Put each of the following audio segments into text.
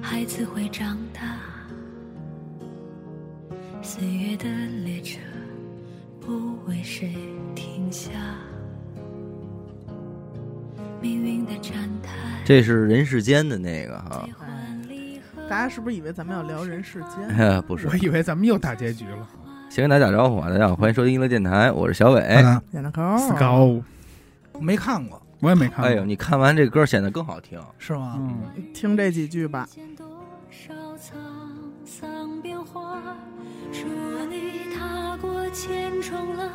孩子会长大，岁月的列车不为谁停下，命运的站台。这是人世间的那个哈悲、欢离合大家是不是以为咱们要聊人世间？哎 不是我。以为咱们又大结局 了。先跟大家打招呼啊，大家好，欢迎收听娱乐电台，我是小伟。哎啊，演的高，斯高，没看过我也没看过。哎呦，你看完这歌显得更好听。是吗？嗯，听这几句吧。见多少沧桑变化？祝你踏过千重浪，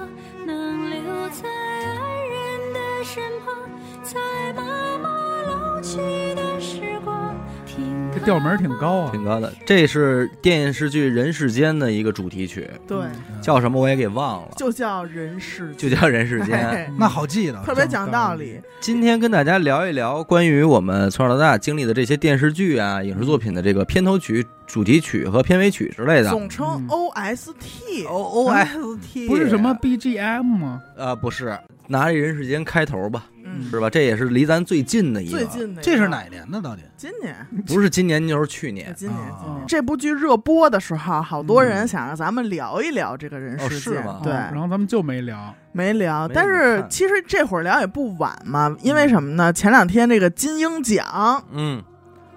能留在爱人的身旁，在妈妈老去的时光，听这调门儿挺高啊。挺高的，这是电视剧《人世间》的一个主题曲，对，叫什么我也给忘了，就叫人世就间，叫《人世间》。 哎那好记的，特别讲道理。今天跟大家聊一聊关于我们从小到大经历的这些电视剧啊、影视作品的这个片头曲、主题曲和片尾曲之类的。总称嗯 OST，哦 O O S T 不是什么 BGM 吗？呃，不是，拿这人世间开头吧，嗯，是吧？这也是离咱最近的一个，最近的一个这是？哪年的？到底今年，不是今年就是去年。今年，今啊年。这部剧热播的时候，好多人想让咱们聊一聊这个人哦世是间吗，对，然后咱们就没聊。没聊。没但怎么是看其实这会儿聊也不晚嘛，因为什么呢？前两天这个金鹰奖，嗯，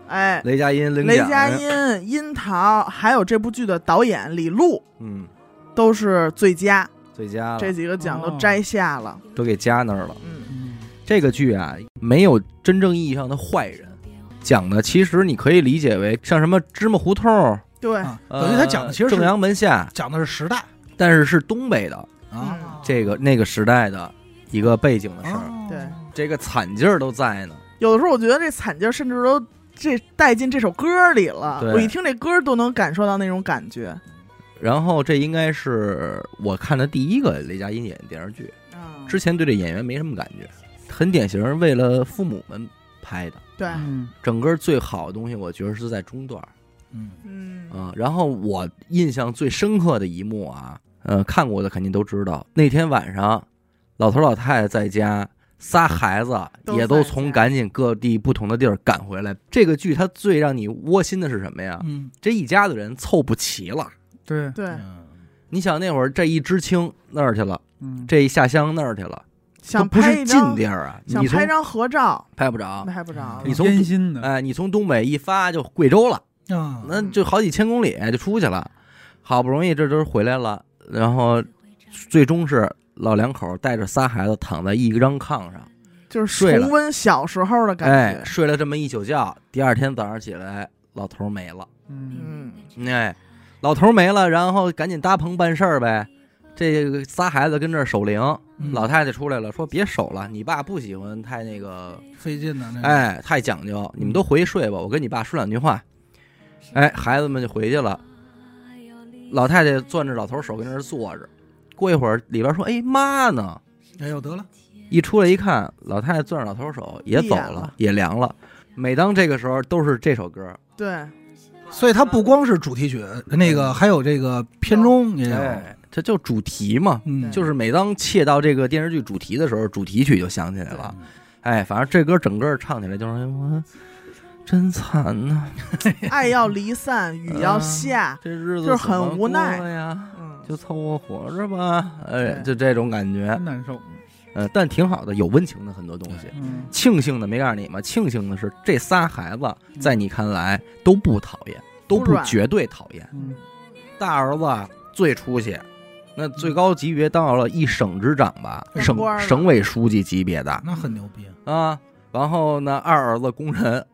哎，雷佳音、雷奖佳，音、樱桃，还有这部剧的导演李路嗯，都是最佳，最佳啊了这几个奖都哦摘下了。都给加那儿了。嗯，嗯，这个剧啊，没有真正意义上的坏人，讲的其实你可以理解为像什么芝麻胡同，对，啊，呃等于他讲的其实正是阳门下，讲的是时代但是是东北的嗯哦啊，这个那个时代的一个背景的事儿，哦对这个惨劲儿都在呢。有的时候我觉得这惨劲儿甚至都这带进这首歌里了。对我一听这歌都能感受到那种感觉。然后这应该是我看的第一个雷佳音演的电视剧，啊之前对这演员没什么感觉，很典型为了父母们拍的。对，嗯，整个最好的东西，我觉得是在中段儿嗯，嗯，啊、然后我印象最深刻的一幕啊，呃，看过的肯定都知道，那天晚上，老头老太太在家，仨孩子都也在都从家赶紧各地不同的地儿赶回来。这个剧它最让你窝心的是什么呀？嗯这一家子人凑不齐了。对，对，嗯你想那会儿这一知青那儿去了，嗯，这一下乡那儿去了，想都不拍一是近张，地儿啊，想你从拍张嗯合照，拍不着那，拍不着你了。从烟心的，哎，你从东北一发就贵州了。啊，那就好几千公里就出去了，好不容易这都回来了，然后最终是老两口带着仨孩子躺在一张炕上，就是睡了重温小时候的哎感，觉。睡了这么一宿觉，第二天早上起来，老头儿没了，嗯，嗯，哎，老头儿没了，然后赶紧搭棚办事儿呗。这个仨孩子跟这儿守灵，嗯老太太出来了，说别守了，你爸不喜欢太那个费劲的嗯那个，哎，太讲究，你们都回去睡吧，我跟你爸说两句话。哎，孩子们就回去了。老太太攥着老头手跟那儿坐着，过一会儿里边说：“哎，妈呢哎呦得了，？”一出来一看，老太太攥着老头手也走闭眼了了，也凉了。每当这个时候，都是这首歌。对，所以它不光是主题曲，那嗯个还有这个片中也有，哎，这就主题嘛，嗯，就是每当切到这个电视剧主题的时候，主题曲就响起来了。嗯哎，反正这歌整个唱起来就是哎我真惨呐、爱要离散，雨要下。这日子就是很怎么无奈过呀。嗯，嗯就凑合活着吧，哎，对就这种感觉真，难受。呃，但挺好的，有温情的很多东西。嗯，庆幸的没告诉你们，庆幸的是这仨孩子在你看来都不讨厌，都不不嗯软绝对讨厌。嗯，大儿子最出息，那最高级别到了一省之长吧，当省嗯官了嗯省委书记级别的那很牛逼，啊。然后呢，二儿子工人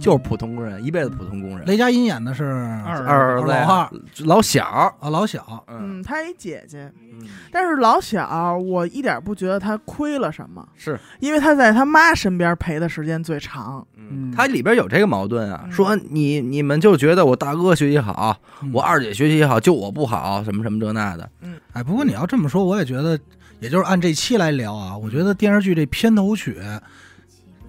就是普通工人，一辈子普通工嗯人。雷佳音演的是二啊二儿啊子老呀二老小，啊老小，嗯，她一姐姐，嗯，但是老小我一点不觉得她亏了什么，是，因为她在她妈身边陪的时间最长。嗯，嗯它里边有这个矛盾啊，嗯说你你们就觉得我大哥学习好，嗯我二姐学习好，就我不好，什么什么这那的，哎，不过你要这么说，我也觉得，也就是按这期来聊啊，我觉得电视剧这片头曲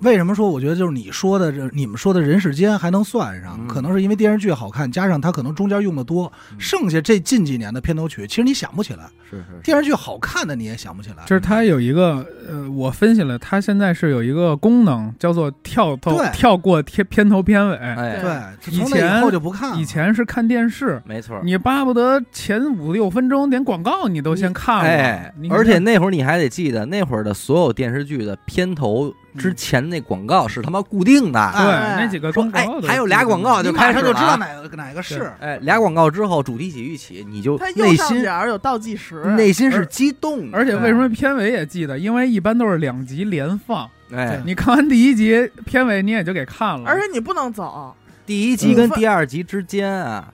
为什么说我觉得就是你说的这你们说的人世间还能算上，嗯可能是因为电视剧好看，加上它可能中间用的多，嗯剩下这近几年的片头曲，其实你想不起来，是是电视剧好看的你也想不起来。就是它有一个呃，我分析了，它现在是有一个功能叫做跳头对跳过片片头片尾。哎，对，以前从那以后就不看了以前是看电视，没错儿。你巴不得前五六分钟连广告你都先看了，哎你，而且那会儿你还得记得，那会儿的所有电视剧的片头之前那广告是他妈固定的，对哎那几个说啊广哎告都是还有俩广告你就马开上始就了知道啊，哪个哪个对是。哎，俩广告之后主题曲一起，你就它右哦内上心角有倒计时，内心是激动的，而且为什么片尾也记得？因为一般都是两集连放，哎，你看完第一集片尾你也就给看了，而且你不能走，第一集跟第二集之间啊，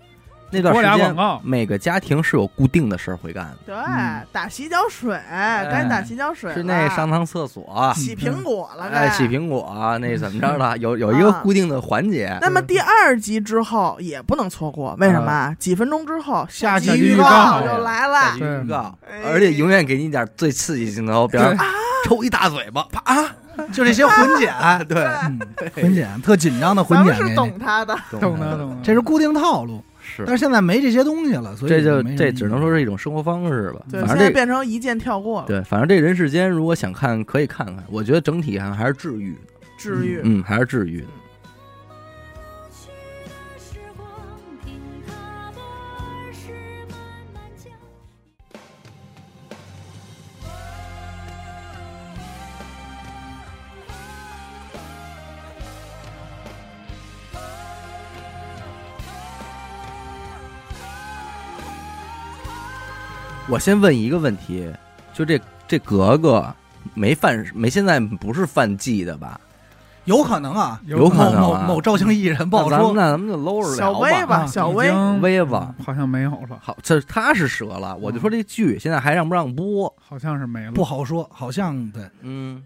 那段播嗯俩时广间告，每个家庭是有固定的事儿会干的，对嗯，打洗脚水，该打洗脚水了，哎是那上趟厕所，洗嗯苹果了，哎，该洗。苹果那怎么着了，有有一个固定的环节，那么第二集之后也不能错过，为什么嗯啊？几分钟之后下集集预告告就来下了集，预告对，而且永远给你点儿最刺激镜头，比方对说抽一大嘴巴，啪啊，就这些混剪， 对，嗯混剪特紧张的混咱们剪给是你，懂他的，懂嗯的懂的，这是固定套路。是但，是现在没这些东西了，所以这就没什么这意义只能说是一种生活方式吧，对，反正现在这个变成一键跳过了，对，反正这人世间如果想看可以看看，我觉得整体上还是治愈的，治愈。嗯，还是治愈的，去的时光，听它的儿时慢慢讲。我先问一个问题，就这这格格没犯没现在不是犯忌的吧？有可能啊，有可能某啊某某照相艺人不好那咱们说。那咱们就搂着小聊薇吧。吧，啊小已薇，经微吧好像没有了，好，这他是折了，我就嗯说这剧现在还让不让播？好像是没了，不好说，好像对，嗯，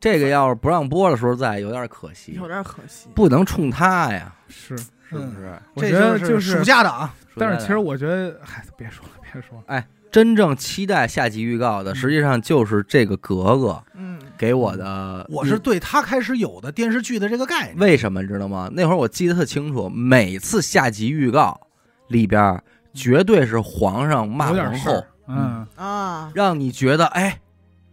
这个要是不让播的时候在，有点可惜有，点可惜。嗯不能冲他呀，是。是不是？我嗯这觉得就就是暑假的啊，嗯但是其实我觉得，嗨，别说了，别说了，真正期待下集预告的，嗯实际上就是这个格格嗯，给我嗯的，嗯我是对他开始有的电视剧的这个概念。为什么你知道吗？那会儿我记得特清楚，每次下集预告里边儿绝对是皇上骂嗯有点皇事后儿，，嗯，啊，让你觉得哎，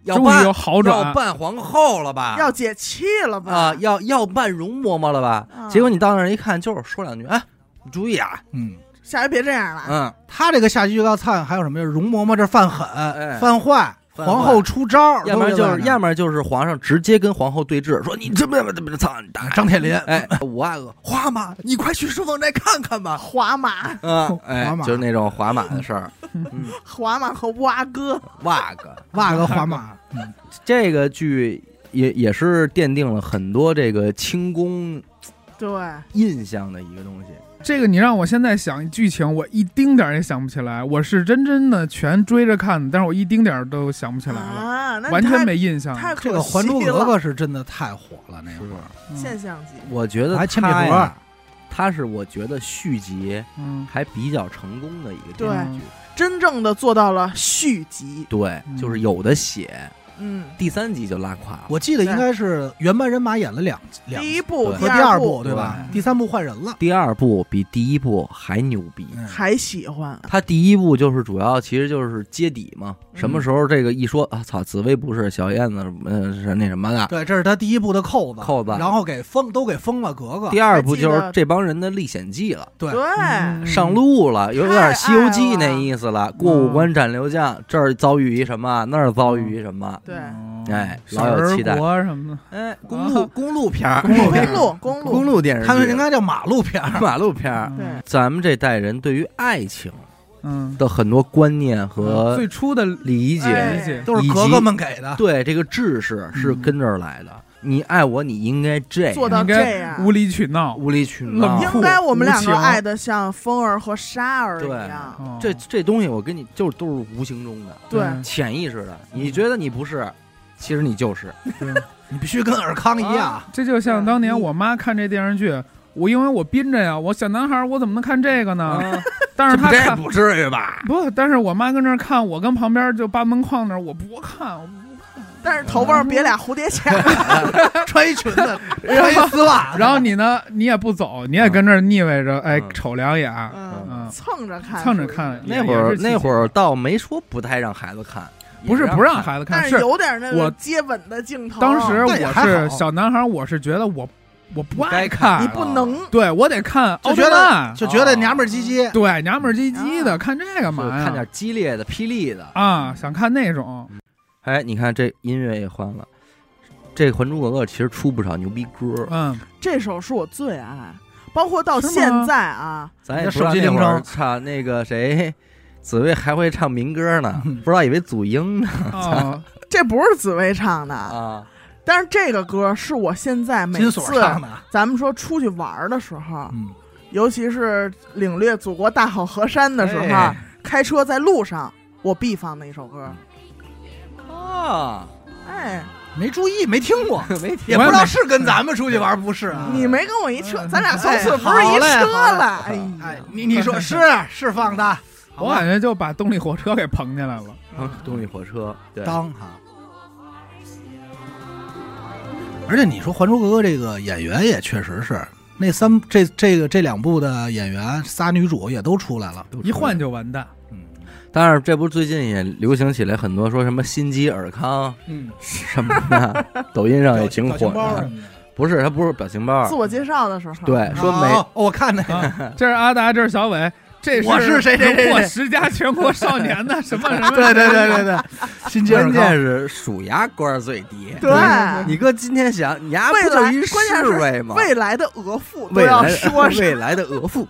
要终于办有好要 转，办皇后了吧？要解气了吧？啊，要要办容嬷嬷了吧？啊结果你到那儿一看，就是说两句，哎，你注意啊，嗯，下回别这样了。嗯，他这个下集预告菜还有什么呀？容嬷嬷这犯狠哎，犯坏，犯坏皇后出招，嗯要不然就是，要么不然就是皇上直接跟皇后对峙，说你这么怎么怎么操你大爷！张铁林，哎，五阿哥，花马，你快去书房寨看看 吧。华马，啊，华哎，哦马就是那种滑马的事 儿。嗯，华马和蛙哥，哇个，哇个花马，嗯这个剧也也是奠定了很多这个清宫对，印象的一个东西。这个你让我现在想剧情，我一丁点儿也想不起来。我是真真的全追着看的，但是我一丁点儿都想不起来了，啊，那完太全没印象了。太可惜这了。个《还珠格格》是真的太火了，那会儿嗯现象级，我觉得还铅笔它盒呀，，它是我觉得续集嗯，还比较成功的一个电视剧。真正的做到了续集。对，嗯就是有的写，嗯，第三集就拉垮了。我记得应该是原班人马演了两两第一部、对和第二部，对对吧？第三部换人了，第二部比第一部还牛逼。嗯还喜欢，他第一部就是主要其实就是揭底嘛，嗯什么时候这个一说啊，操，紫薇不是小燕子，嗯，是那什么的。对，这是他第一部的扣子，扣子然后给封都给封了格格，第二部就还是记得这帮人的历险记了，对对，嗯上路了，有点《太西游记爱》了那意思了。过五关斩六将，这儿遭遇一什么，那儿遭遇一什么。对，哦哎小老有人期待国什么的，哎，公公路路公路片儿，公路片哦公路公嗯公路，路啊电视剧，他们应该叫马路片儿。马路片儿。对，咱们这代人对于爱情嗯，的很多观念和最初的理解，哎理解，都是格格们给啊的，对这个知识嗯是跟这儿来的。你爱我，你应该这样做到应这该样无。理取闹，无理取闹冷应酷该我们两无个情爱的像风儿和沙儿对一样，哦这这东西我跟你就是都是无形中的、对，嗯潜意识的。你觉得你不是，其实你就是。你必须跟尔康一样。啊这就像当年我妈看这电视剧，我因为我憋着呀，我小男孩儿我怎么能看这个呢？啊但是她嗯看不至于吧？不，但是我妈跟那儿看，我跟旁边就扒门框那儿，我不看，我不看，但是头发上别俩蝴蝶结，穿一裙子，穿一丝袜，然后你呢，你也不走，你也跟这儿腻歪着，哎嗯，瞅两眼，嗯，嗯蹭着看，蹭着看是不是也那会儿也是七夕那会儿倒没说不太让孩子看，不是也不让看孩子看，但是是有点那我个接吻的镜头。啊当时但也我还是好小男孩，我是觉得我我不爱该看看你，不能，对我得看就奥觉特得曼，哦就觉得娘们儿唧唧，对娘们儿唧唧的，啊看这干就嘛呀？看点激烈的、霹雳的。啊，想看那种，哎，你看这音乐也换了，这《还珠格格》其实出不少牛逼歌，嗯，这首是我最爱，包括到是吗现在啊，咱也不那知道手机那铃会儿声唱那个谁，紫薇还会唱民歌呢，嗯不知道以为祖英呢哦，这不是紫薇唱的，啊。但是这个歌是我现在每金次锁唱的，咱们说出去玩儿的时候，嗯，尤其是领略祖国大好河山的时候，哎开车在路上，我必放的一首歌。啊，哎，没注意，没听过， 没也听不知道是跟咱们出去玩儿不是啊？你没跟我一车，嗯哎咱俩从此不是一车了。哎呀，哎，你你说是是放的，好嗯我吧感觉就把动力火车给捧起来了。动力哎火车，对，当哈。而且你说《还珠格格》这个演员也确实是，那三这这个这两部的演员仨女主也都出来了，都出一换来。就完蛋，但是这不最近也流行起来很多说什么心机尔 康嗯，什么的，抖音上也挺火的。不是，它不是表情包哎自，我介绍的时候，，对，说每哦，我看那个啊，这是阿达，这是小伟，这我是是谁谁谁谁我十佳全国少年的什么什么， 对对对 对对，新街尔关康键是数牙官儿最低。对你哥今天想，你丫不未就来一关键是侍卫吗？未来的额驸都未要来的说是未来的额 驸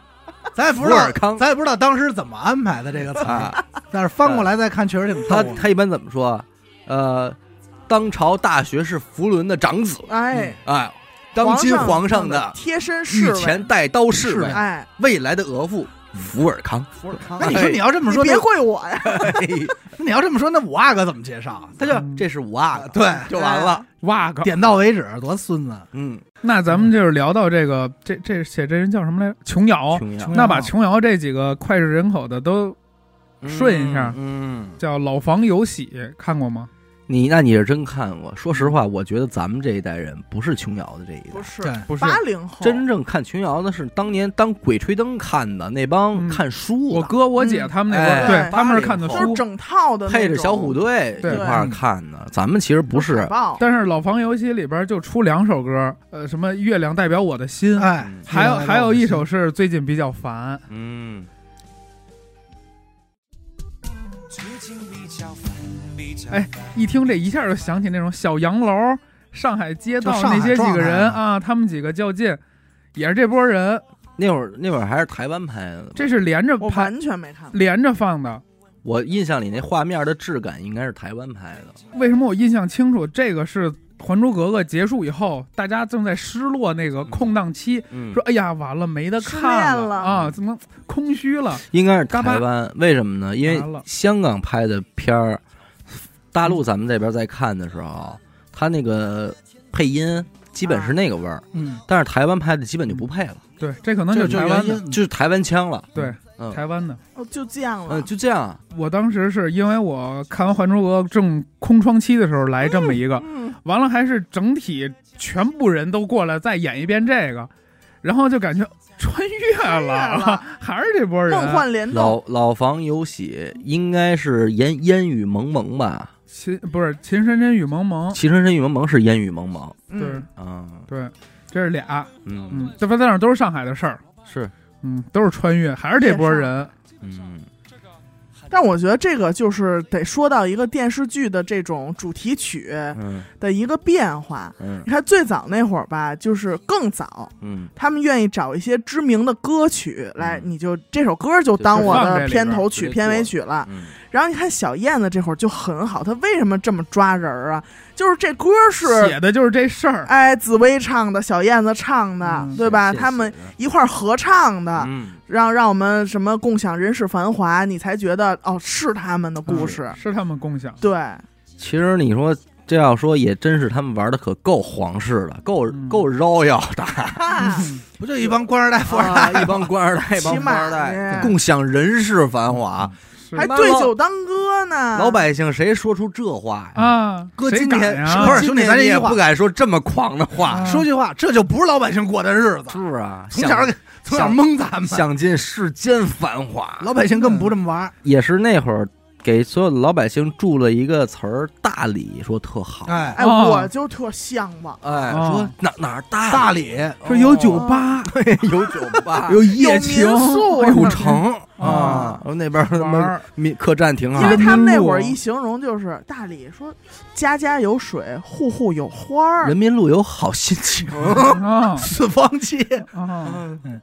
咱也不知福道尔康，咱也不知道当时怎么安排的这个词儿，啊，但是翻过来再看确实挺逗他的。他一般怎么说啊？呃，当朝大学士福伦的长子，哎，哎，当今皇上的的贴身侍御卫，前带刀侍卫，哎，未来的额驸福尔康。福尔康，那你说你要这么你说，别那跪我呀！你要这么说，那五阿哥怎么介绍？他就嗯这是啊哎五阿哥，对，就完了。哇靠！点到为止，多孙子！嗯，那咱们就是聊到这个，这这写这人叫什么来着？琼瑶。琼瑶琼瑶那把琼瑶这几个脍炙人口的都顺一下嗯，嗯叫老房有喜，看过吗？你那你是真看过？说实话，我觉得咱们这一代人不是琼瑶的这一代 不，是对，不是，八零后，真正看琼瑶的是当年当《鬼吹灯》看的那帮嗯看书的，我哥我姐他们那哎边，对他们是看的80就是书。整套的那种，配着小虎队对嗯一块儿看的。咱们其实不海是，报，但是老房有喜里边就出两首歌，呃，什么月亮代表我的心，哎，还有还有一首是最近比较烦，嗯，最近比较烦，比较哎一听这一下就想起那种小洋楼、上海街道就上海那些几个人状态啊，他们几个较劲，也是这波人，那会儿那会儿还是台湾拍的。这是连着我拍完全没看嗯过。连着放的。我印象里那画面的质感应该是台湾拍的。为什么我印象清楚？这个是《还珠格格》结束以后，大家正在失落那个空档期，嗯说：“哎呀，完了，没得看失恋了啊，怎么空虚了应该是台湾，为什么呢？因完为了香港拍的片儿，大陆咱们这边在看的时候，它那个配音基本是那个味儿，嗯，但是台湾拍的基本就不配了，？”对，这可能这是就台湾原的，因啊就是台湾腔了。对，嗯台湾的。哦，就这样了嗯，。就这样。我当时是因为我看完《还珠格格》正空窗期的时候来这么一个，嗯，完了还是整体全部人都过来再演一遍这个，然后就感觉穿越了，穿越了 还是这波人。啊梦幻联动，哎老老房有喜，应该是烟烟雨蒙蒙吧？秦不是秦深深雨蒙蒙，其实深深雨蒙蒙是烟雨蒙蒙。对嗯，嗯对，这是俩，嗯，嗯，这不但是都是上海的事儿，是，嗯，都是穿越，还是这波人，嗯，但我觉得这个就是得说到一个电视剧的这种主题曲嗯的一个变化。嗯你看最早那会儿吧，就是更早，嗯，他们愿意找一些知名的歌曲来，你就这首歌就当我的片头曲、片尾曲了。嗯，然后你看小燕子这会儿就很好，她为什么这么抓人儿啊？就是这歌是写的就是这事儿，哎紫薇唱的，小燕子唱的，嗯对吧？谢谢他们啊一块儿合唱的，嗯，让让我们什么共享人世繁华，你才觉得哦是他们的 故事。嗯是他们共享，对，其实你说这要说也真是他们玩的可够皇室了，够嗯够招摇的，啊不就一帮官二代、富二代？一帮官二代，一帮骑官马二代，呢共享人世繁华。是还妈对老酒当歌呢。老百姓谁说出这话呀？啊，哥谁今敢年呀是不是今兄弟，年咱这也句话不敢说这么狂的话啊，说句话，这就不是老百姓过的日子，是啊，从小想从小蒙咱们，想尽世间繁华。老百姓根本不这么玩儿。也是那会儿给所有的老百姓注了一个词儿“大理”，说特好。哎，哎，哦我就特向往，哎，哦说哪哪儿大大理说有酒吧，对，哦有酒吧有夜情，有民宿 哎呦古城啊啊，然后那边儿他玩妈儿民客栈挺因好为啊。他们那会儿民路一形容就是大理说家家有水，户户有花儿人，民路有好心情，啊四方街，啊！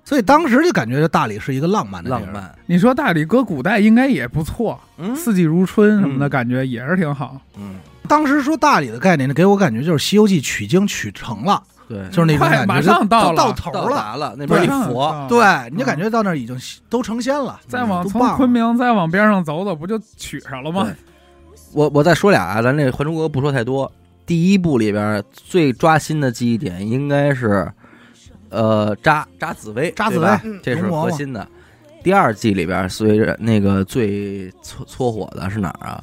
所以当时就感觉大理是一个浪漫的地儿浪。漫。你说大理搁古代应该也不错，嗯四季如春什么的嗯感觉也是挺好。嗯，当时说大理的概念呢，给我感觉就是《西游记》取经取成了，对，就是那种快感觉，马上就到到了头到了。达了那边一佛，上，对，你就感觉到那儿已经都成仙了。啊嗯再往都从棒了昆明再往边上走走，不就取上了吗对？我我再说俩啊，咱这《还珠格格》不说太多。第一部里边最抓心的记忆点应该是，呃，扎扎紫薇，扎紫对吧薇嗯这是容嬷核嬷心的。第二季里边，所以那个最搓搓火的是哪儿啊？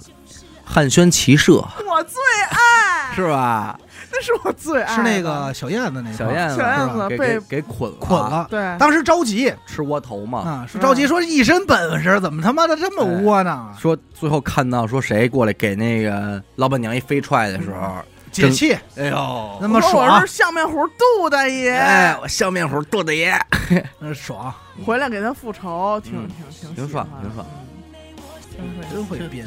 汉宣骑射我最爱，是吧？ 那是我最爱的，是那个小燕子那小燕子子小燕是吧子给被给给捆了捆，了，对，当时着急吃窝头嘛。啊，说着急说一身本事，怎么他妈的这么窝囊？啊说最后看到说谁过来给那个老板娘一飞踹的时候，解气哎呦那么我爽是，相面糊杜大爷，哎，我笑面虎杜大爷，那爽，回来给他复仇，挺嗯挺挺挺喜爽欢挺爽。真会变。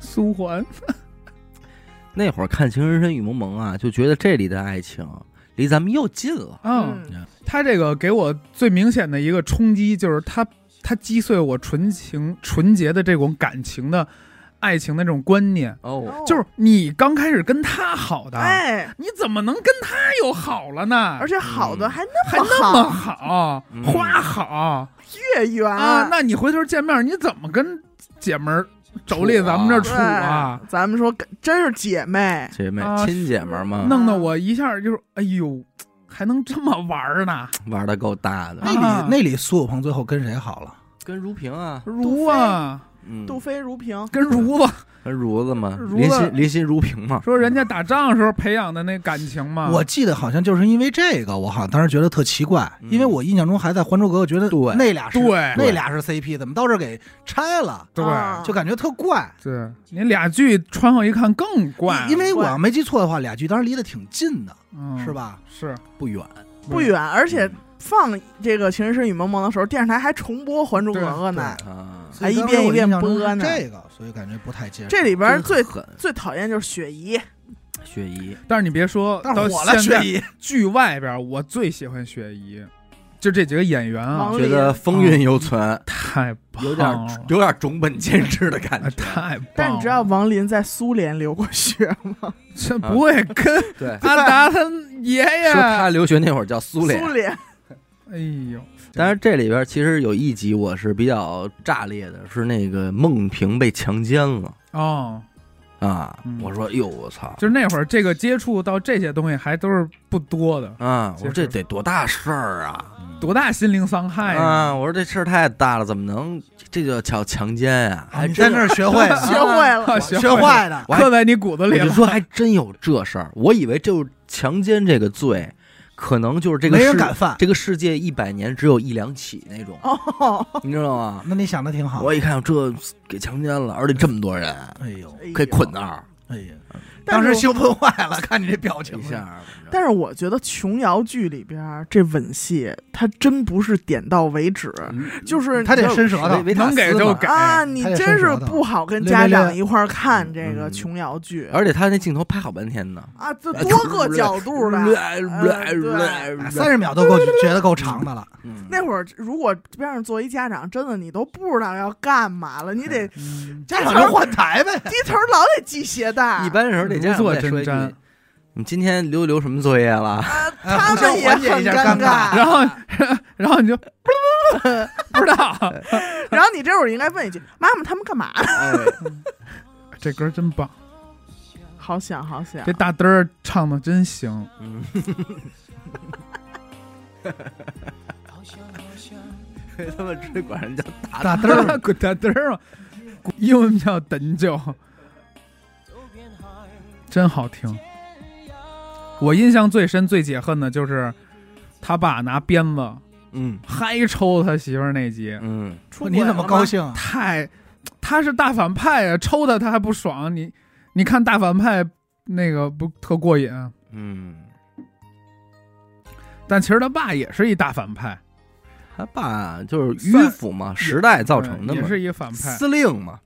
苏环那会儿看《情深深雨蒙蒙》啊，就觉得这里的爱情离咱们又近了。嗯，嗯，他这个给我最明显的一个冲击就是他他击碎我纯情纯洁的这种感情的爱情的这种观念，哦，就是啊你刚开始跟他好的，哎，你怎么能跟他又好了呢？而且好的嗯还那还么那好么，好，嗯花好月圆啊！那你回头见面，你怎么跟姐们儿妯娌咱们这儿处对啊？咱们说真是姐妹，姐妹啊亲姐们嘛，弄得我一下就是，哎呦，还能这么玩儿呢？玩的够大的那啊，里那里苏有朋最后跟谁好了？跟如萍啊，如啊，嗯，杜飞如萍，跟如子跟如子嘛，如子林心林心如萍嘛，说人家打仗的时候培养的那感情嘛，我记得好像就是因为这个，我好像当时觉得特奇怪，嗯因为我印象中还在《还珠格格》，觉得对那俩是对那俩是 CP，怎么到这儿给拆了，对啊就感觉特怪。对你俩剧穿上一看更怪，因为我怪要没记错的话，俩剧当时离得挺近的，嗯是？吧？是不远，不远，而嗯且放这个《情深深雨蒙蒙》的时候，电视台还重播《还珠格格》呢。啊，所以哎一当时遍我一遍印象中是播呢这个，所以感觉不太接受。这里边最真狠，最讨厌就是雪姨，雪姨但是你别说，但到是火了现在雪姨，剧外边，我最喜欢雪姨，就这几个演员啊王，觉得风韵犹存，太棒有点了，有点种本兼治的感哎觉，太棒了！但你知道王林在苏联流过血吗？这不会跟对，阿达他爷爷？说他留学那会儿叫苏苏联，哎呦，但是这里边其实有一集我是比较炸裂的，是那个孟平被强奸了哦，啊！嗯我说哟，我操就是那会儿这个接触到这些东西还都是不多的，啊！我确说实这得多大事儿啊！多大心灵伤害啊！！我说这事儿太大了，怎么能这就叫强奸呀、啊你在那儿学会学会了， 啊学坏的，我还刻在你骨子我里就了。说还真有这事儿，我以为就是强奸这个罪，可能就是这个没人世敢犯。这个世界一百年只有一两起那种，哦，你知道吗？那你想的挺好。我一看这给强奸了，而且这么多人，哎呦，哎呦可以捆那儿哎呀，但当是时我兴奋坏了，看你这表情一。下。但是我觉得琼瑶剧里边儿这吻戏，它真不是点到为止， 嗯就是他嗯得你伸舌头维，维塔能给斯就嘛给啊，你他得真伸是舌头不好跟略家略略长一块儿看这个嗯琼瑶剧而且他那镜头拍好半天呢，啊，这哎多个角度的。三十秒都够，觉得够长的了。嗯那会儿如果边上坐一家长，真的你都不知道要干嘛了，你得嗯家长就换台呗。低头老得系鞋带。一般时候得这样如坐再说一句针毡你今天留留什么作业了？啊，哎他互相们也缓解很一下尴尴尬然后，然后你就不知道 然后 你这会儿应该问一句：“妈妈，他们干嘛呢哎，这歌真棒，好想好想这。大嘚儿唱的真行，嗯，他妈直接管人叫大大嘚儿，滚大嘚儿嘛，英文叫等酒，真好听。我印象最深、最解恨的就是他爸拿鞭子嗯嗨抽他媳妇儿那集，嗯，出你轨怎么了高吗？兴啊？太他是大反派啊，抽他他还不爽，你你看大反派那个不特过瘾啊，嗯，但其实他爸也是一大反派，他爸就是迂腐嘛，时代造成的嗯也嘛，是一反派。司令嘛，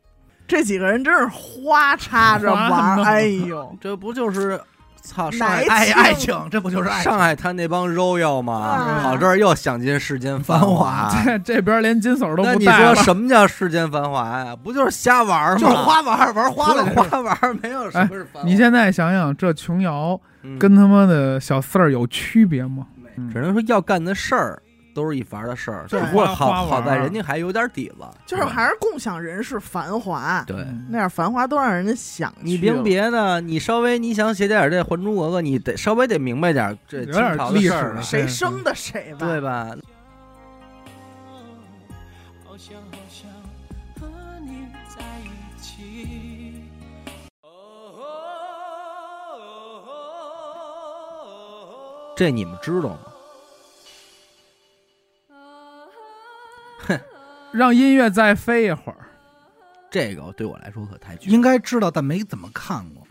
这几个人真是花插着玩花儿，弄哎 呦，这不就是操上哪海一爱情爱情，这不就是爱情上？海滩那帮 royal 嘛，啊跑这儿又想尽世间 繁华。这这边连金手都那不你带说了，什么叫世间繁华呀？不就是瞎玩儿吗？就是花玩儿玩儿花除了了，花玩儿，没有什么是繁华。哎你现在想想，这琼瑶嗯跟他妈的小四儿有区别吗？嗯只能说要干的事儿都是一法儿的事儿，只对不过花好花玩儿好在人家还有点底子，就是还是共享人世繁华，对。嗯那点繁华都让人家想你去别了别的，你稍微你想写点这《还珠格格》，你得稍微得明白点这清有点朝的历事史儿了了，谁生的谁吧，哎对吧？好想好想和你在一起。哦这你们知道吗？让音乐再飞一会儿。这个对我来说可太绝了。应该知道，但没怎么看过。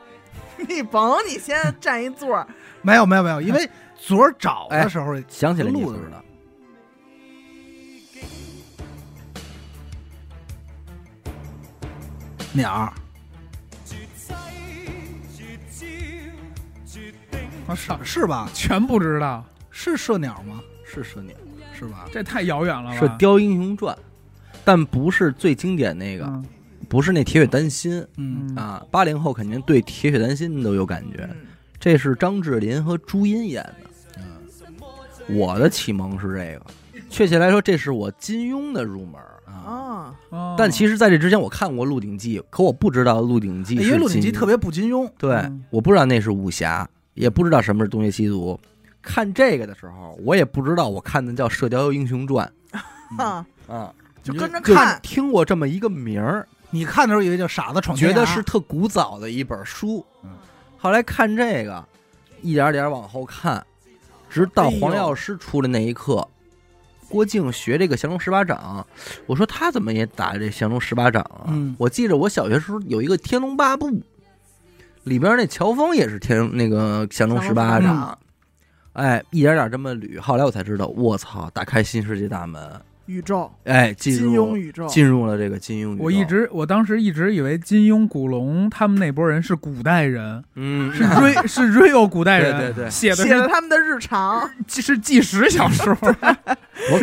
你甭，你先占一座儿，没有没有没有，因为昨儿找的时候，想起来你录的知道，鸟儿我操，是吧？全不知道，是射鸟吗？是射鸟，是吧？这太遥远了吧？是《雕英雄传》，但不是最经典那个，嗯不是那铁血丹心嗯，嗯啊。八零后肯定对铁血丹心都有感觉，嗯这是张智霖和朱茵演的。嗯我的启蒙是这个，确切来说，这是我金庸的入门儿啊。啊，哦但其实，在这之前，我看过《鹿鼎记》，可我不知道《鹿鼎记》哎因是为《鹿鼎记》金庸特别不金庸，对，嗯我不知道那是武侠，也不知道什么是东邪西毒。看这个的时候，我也不知道我看的叫《射雕英雄传啊》啊，就跟着就看听过这么一个名儿，你看的时候以为叫傻哦子闯天觉涯，啊得是特古早的一本书嗯。后来看这个，一点点往后看，直哎到黄药师出来那一刻，郭靖学这个降龙十八掌，我说他怎么也打这降龙十八掌啊？嗯我记着我小学时候有一个《天龙八部》，里边那乔峰也是天那个降龙十八降龙十八掌掌。哎，一点点这么捋，后来我才知道，我操，打开新世界大门，宇宙，哎，进金庸入宇宙，进入了这个金庸宇宙。我一直，我当时一直以为金庸、古龙他们那波人是古代人，嗯 是 real 是 real 古代人，对对对写的写了是他们的日常、纪是纪实小 说，多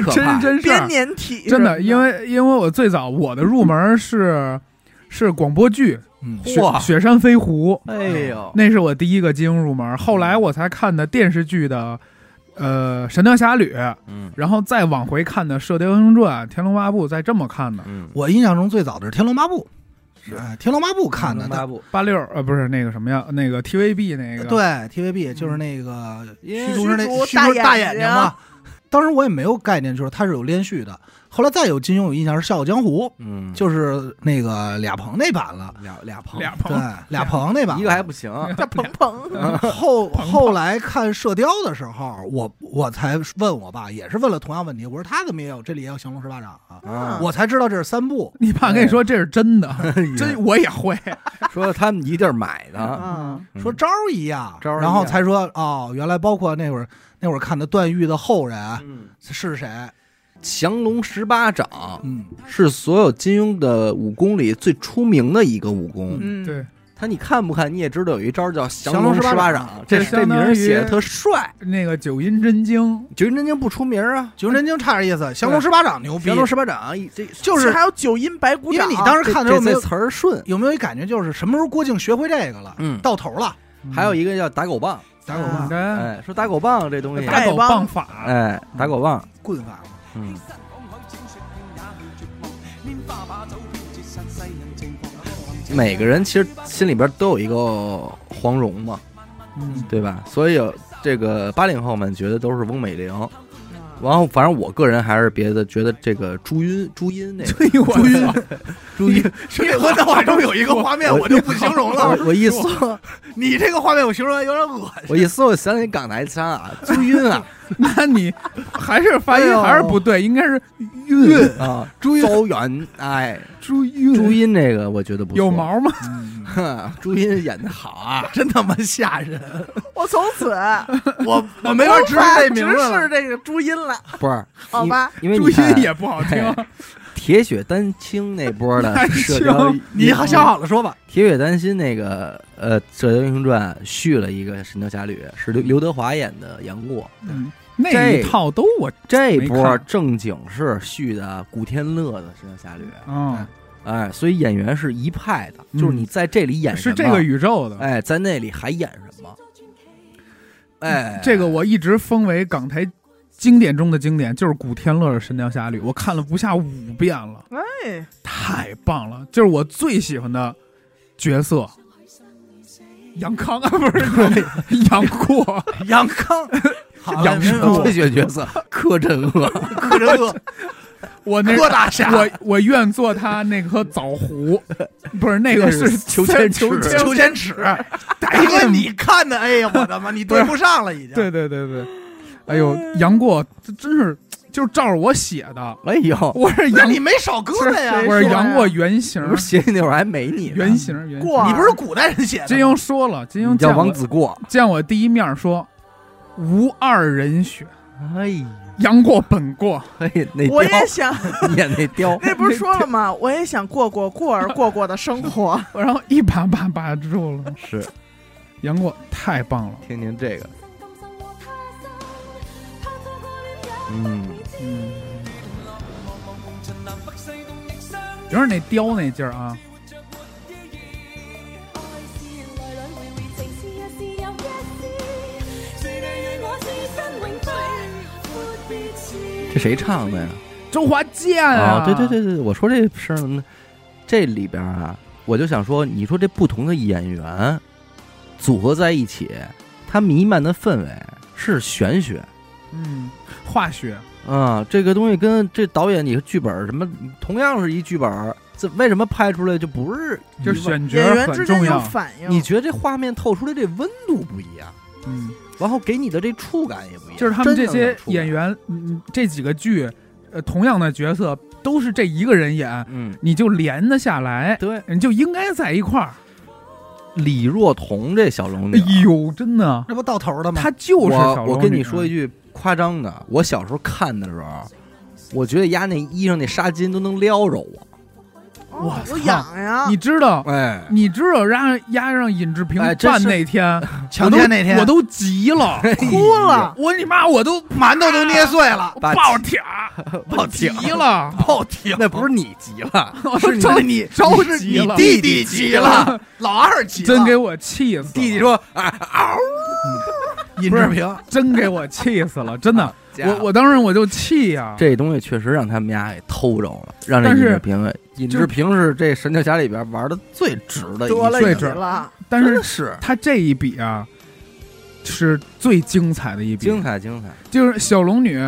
可怕真！真事编儿，年体什啊真么的，的，因为因为我最早我的入门是是广播剧嗯《雪哇雪山飞狐》，哎呦，嗯那是我第一个金庸入门，后来我才看的电视剧的，呃，《神雕侠侣》，嗯然后再往回看的《射雕英雄传》《天龙八部》，再这么看的。嗯，我印象中最早的是《天龙八部》，哎，《天龙八部》看的，八部，八六呃不是那个什么呀，那个 TVB 那呃个对 TVB 就是那个因虚为竹是那虚竹虚竹大大眼眼睛睛嘛。当时我也没有概念，就是它是有连续的。后来再有金庸有印象是《笑傲江湖嗯》，就就是那个俩鹏那版了，俩俩胖，俩对朋友， 俩鹏那版了一个 还不行，叫鹏鹏，啊 后后来看《射雕》的时候，我我才问我爸，也是问了同样问题。我说他怎么也有这里也有降龙十八掌啊？啊我才知道这是三部。你哎爸跟你说这是真的，真我也会。说他们一地儿买的，嗯，说招儿一样，招儿一样然后才说哦，原来包括那会儿那会儿看的段誉的后人嗯，是谁？降龙十八掌嗯，是所有金庸的武功里最出名的一个武功。嗯，对，他你看不看？你也知道有一招叫降龙十十八八掌掌，这这这相名当儿写的于特帅。那个九阴真经，九阴真经不出名啊，九阴真经差点意思，降龙十八掌牛逼降。龙十八掌一这就这是还有九阴白骨因为掌，你当时这看的时候没这有词儿顺。有没有一感觉，就是什么时候郭靖学会这个了，嗯到头了，嗯还嗯有一个叫打狗棒，打狗啊棒、真哎，说打狗棒这东西，嗯打狗丐帮棒法，哎，打狗棒，棍法嘛。嗯，空口整说，聽也許絕望拈花把酒，偏折煞世人情狂。每个人其实心里边都有一个黄蓉嘛，嗯，对吧？所以有呃这个八零后们觉得都是翁美玲，然后反正我个人还是别的觉得这个朱茵朱茵那个哎呦我朱茵操朱茵，你我脑海中有一个画 面，我我就不形容了。我我一搜你这个画面我形容有点恶心。我一搜，我想起港台腔啊，朱茵啊 那你还是发音还是不对，应该是韵哎韵啊，朱茵周远哎，朱韵朱茵这个我觉得不错有，毛吗？哼朱茵演的好 啊，真他妈吓人！我从此我我没法直视这名字直视了。这个朱茵了。不是？好吧因为因朱为你看茵也不好听，哎铁血丹青那波的丹射雕青，你好想好了 说吧。铁血丹心那个呃《射雕英雄传》续了一个《神雕侠侣》，是刘刘德华演的杨过。嗯那一套都我这没波看正经是续的古天乐的《神雕侠侣》，嗯哎，所以演员是一派的，嗯就是你在这里演什是么，这个宇宙的。哎，在那里还演什么？哎，这个我一直封为港台经典中的经典，就是古天乐的《神雕侠侣》，我看了不下五遍了，哎，太棒了！这是我最喜欢的角色，杨康啊，不是杨过，杨康，杨没过这些角色，柯镇恶，柯镇恶，我那柯大侠，我 我愿做他那颗枣核，不是那个是是裘千尺裘 秋千千尺，大哥，你看的，哎呀，我的妈，你对不上了已 经。对对对对，哎呦，杨过这真是就是照着我写的，哎呦，我是那杨你，没少胳膊呀是？我是谁说呀杨过原型不，是写你那会儿还没你呢，原型原型。过你不是古代人写的吗？金庸说了，金庸你叫见王我子过， 见我第一面说，无二人选，哎杨过本过，嘿，那我雕也想，，演那雕 那不是说了吗？我也想过过过而过过的生活。然后一把把把住了。 是杨过太棒了，听听这个，嗯，嗯，有点那雕那劲儿啊，这谁唱的呀？周华健啊，啊，对对，对对，我说这事儿，这里边啊，我就想说，你说这不同的演员组合在一起，它弥漫的氛围是玄学嗯，化学，啊，这个东西跟这导演、你剧本什么，同样是一剧本，这为什么拍出来就不是一就个？是选角演员之间很重有要，反应，你觉得这画面透出来这温度不一样，嗯，然后给你的这触感也不一样，就是他们真这的有些触感演，员，嗯，这几个剧，呃，同样的角色都是这一个人演，嗯，你就连得下来，对，你就应该在一块儿。李若彤这小龙女哎啊，呦，真的，这不到头了吗？他就是小我龙我跟女你说一句夸张的，我小时候看的时候，我觉得丫那衣裳那纱巾都能撩着我。哦我我操痒呀啊你！知道，哎，你知道让压让尹志平哎真办是那天，强奸那天，我都急 了，哭了，我你妈我都馒头都捏碎了，把爆挑，报急警，了， 爆停。那不是你急了，是你着那你不着是急你了，弟弟急了，老二急了，真给我气死了，弟弟说啊，嗷！尹志平，真给我气死了，真的，家我伙我当时我就气呀，这东西确实让他们家给偷着了，让这但尹是志平，尹志平是这《神雕侠》里边玩的最值的一得了最瘾一嘴了，但是是他这一笔啊，是最精彩的一笔，精彩精彩，就是小龙女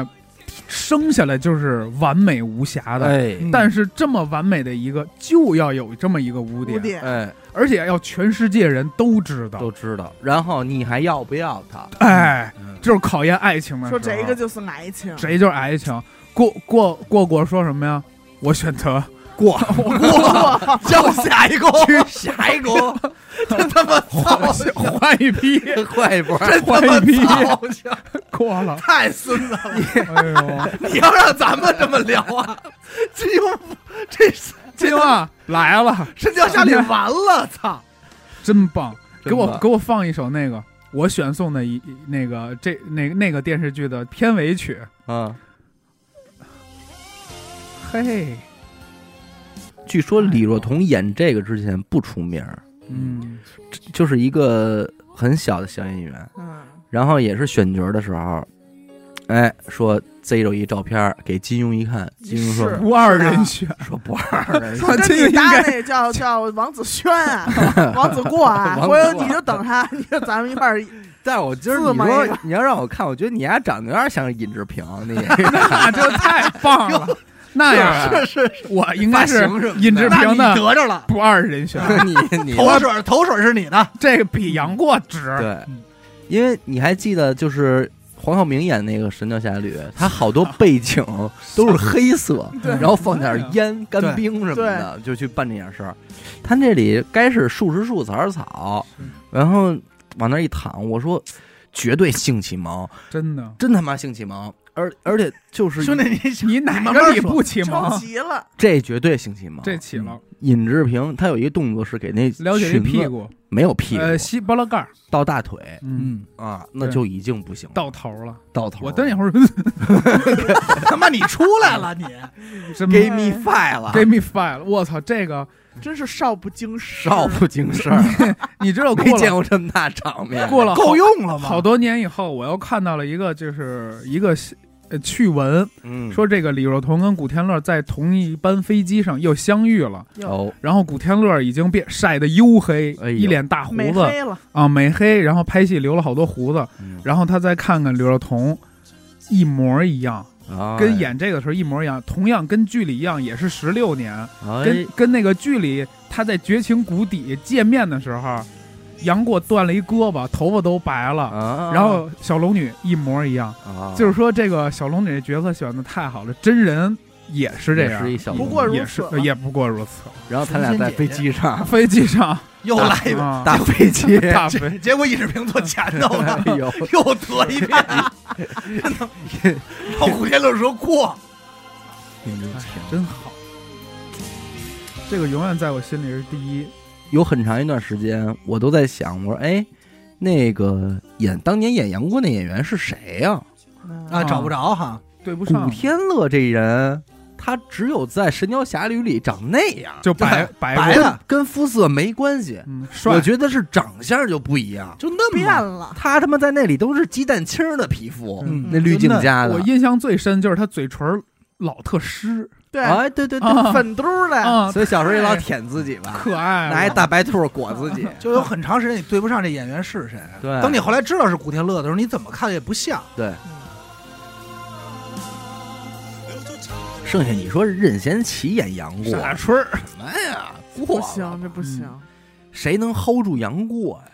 生下来就是完美无瑕的。嗯哎但是这么完美的一个，就要有这么一个污五点哎而且要全世界人都知道都。知道。然后你还要不要他？哎嗯，就是考验爱情的时说候。这个就是爱情，谁嗯就是爱情。过过过过说什么呀？我选择过过， 叫下一个，下一个真他妈操心，换一批，快一波，真他换一批妈操心， 过了。太孙子了！哎呦，你要让咱们这么聊啊， 这又这《金啊来了，神雕侠侣》完了，操！真棒！给真我棒给我放一首那个我选送的一那个这那那个电视剧的片尾曲。啊！嘿，据说李若彤演这个之前不出名儿，嗯，就是一个很小的小演员， 嗯，然后也是选角的时候，哎，说贼着一照片儿给金庸一看，金庸说是不二人选， 说不 二啊人说说跟这个你应搭该那叫叫王子轩啊， 王子过啊，王子回头过你就等他，你就咱们一块儿但我今儿自你摸说一个你要让我看，我觉得你丫长得有点像尹志平，那 也 那这太棒了。那样啊是是，我应该是发型什么的尹志那平你的得着了，不二 人选，你你头水头水是你的，这个比杨过值。对，因为你还记得就是黄晓明演那个《神雕侠侣》，他好多背景都是黑色，对然后放点烟、干冰什么的，就去办这件事儿。他那里该是树是树，草是草，然后往那儿一躺，我说绝对性启蒙，真的，真他妈性启蒙，而而且就是兄弟，你你哪慢慢个你说不启着蒙？急了。这绝对性启蒙，这起了，尹志平他有一个动作是给那了解这裙子屁股，没有屁股、呃，吸巴拉盖儿，到大腿嗯，嗯，啊，那对就已经不行了，到头了。到头了。我等一会儿 他妈你出来了，你真 Give me 啊 five 了，给 me five 了，我操，这个真是少不经事，少不经事儿，你知道没 过见了过这么大场面。过了好 够用了吗？好多年以后，我又看到了一个就是一个呃趣闻，嗯，说这个李若彤跟古天乐在同一班飞机上又相遇了，哦，然后古天乐已经变晒得黝黑，哎呦一脸大胡美子黑了，啊，美黑，然后拍戏留了好多胡子，嗯然后他再看看刘若彤，一模一样，后跟演这个时候一模一样，同样跟剧里一样，也是十六年，跟跟跟那个剧里他在绝情谷底见面的时候，杨过断了一胳膊，头发都白了， 啊，然后小龙女一模一样，啊就是说这个小龙女这角色选的太好了，真人。也是这也样，是一小不过如也是此了也不过如此。然后他俩在飞机上飞机上又来一遍，啊， 大飞机，大结飞结果尹志平坐前头 了， 哎呦，又得 一遍。然后古天乐说过，哎真好，这个永远在我心里是第一。 有很长一段时间我都在想，我说哎，那个演当年演杨过那演员是谁呀？嗯啊，找不着哈，对不上古天乐这人，他只有在《神雕侠侣》里长那样，就白哎白白过了跟跟肤色没关系。嗯，帅，我觉得是长相就不一样，就那变嗯么了，他他妈在那里都是鸡蛋清儿的皮肤，嗯那滤镜加我的。印象最深就是他嘴唇儿老特湿对，哎，对对对，啊粉嘟儿的，啊，所以小时候也老舔自己吧，可爱了，拿一大白兔裹自己。就有很长时间你对不上这演员是谁。对等你后来知道是古天乐的时候，你怎么看也不像。对， 剩下你说任贤齐演杨过，傻春儿，什么呀？过不了行，，这不行，谁能 hold 住杨过呀？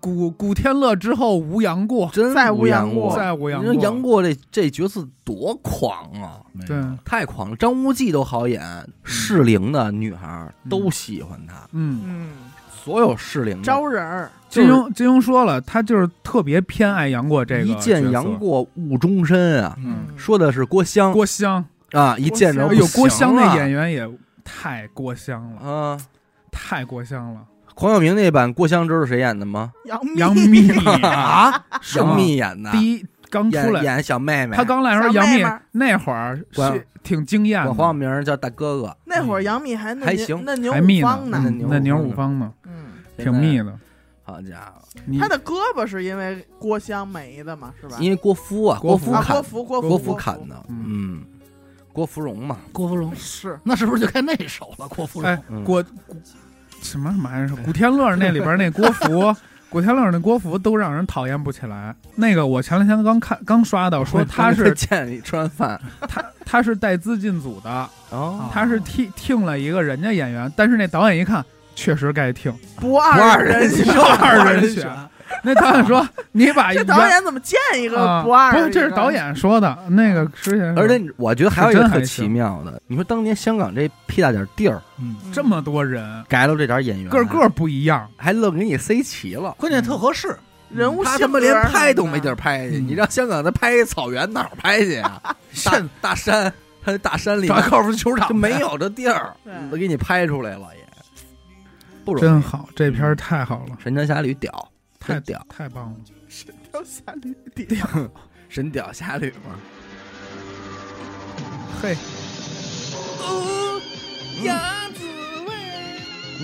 古古天乐之后无杨过，真再无无杨过，过再无杨你过，说杨过这这角色多狂啊！对，太狂了，张无忌都好演，适龄的女孩儿嗯都喜欢他，嗯，嗯，所有适龄的招人儿，就金是庸金庸说了，他就是特别偏爱杨过这个一见角色杨，过误终身啊，嗯，说的是郭襄郭襄，啊，一见着哎郭呦，郭襄那演员员也太郭襄了，啊，太郭襄了，黄晓明那版郭襄知道谁演的吗？杨幂杨幂啊，吗杨幂演的，第一刚出来演演小妹妹，他刚来的时候，小杨妹幂妹儿那会儿管是挺惊艳管的，黄晓明叫大哥哥，那会儿杨幂还嫩还牛行嫩牛还密五呢方呢，嗯那牛五方呢，嗯，挺密的。好家伙，你她的胳膊是因为郭襄没的嘛，是吧？因为郭芙啊，郭芙芙啊，砍郭，芙郭郭郭芙砍的，嗯，郭芙蓉嘛，郭芙蓉是那是不是就该那首了？郭芙哎蓉，嗯郭郭什么什么玩意儿？古天乐那里边那郭芙，古天乐那郭芙都让人讨厌不起来。那个我前两天刚看刚刷到，说他是见你吃完 饭，他是带资进组的，哦他是替听了一个人家演员，但是那导演一看。确实该听，不不二二人人不二人选。那导演说：“哎你把这原导演怎么见一个啊，不二？不是这是导，演说的，那个之前 说而且我觉得还有一个真还特行奇妙的，你说当年香港这屁大点地儿，嗯，嗯这么多人，改了这点演员，个个不一样，还愣给你塞齐了。关键特合适。人物他性他妈格连儿拍什都么没地的儿拍去，嗯你让香港他拍一草原哪儿拍去 啊？大现大山，他大山里找高尔夫球场就没有这地儿对，都给你拍出来了也，不容易。真好，这片儿太好了，神雕侠侣屌，太真屌，太棒了。神雕侠侣底下神屌侠侣嘛。嘿，嗯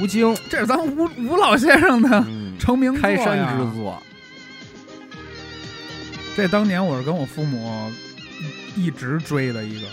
吴京，这是咱吴吴老先生的嗯啊成名作开呀山之作，这当年我是跟我父母一直追的一个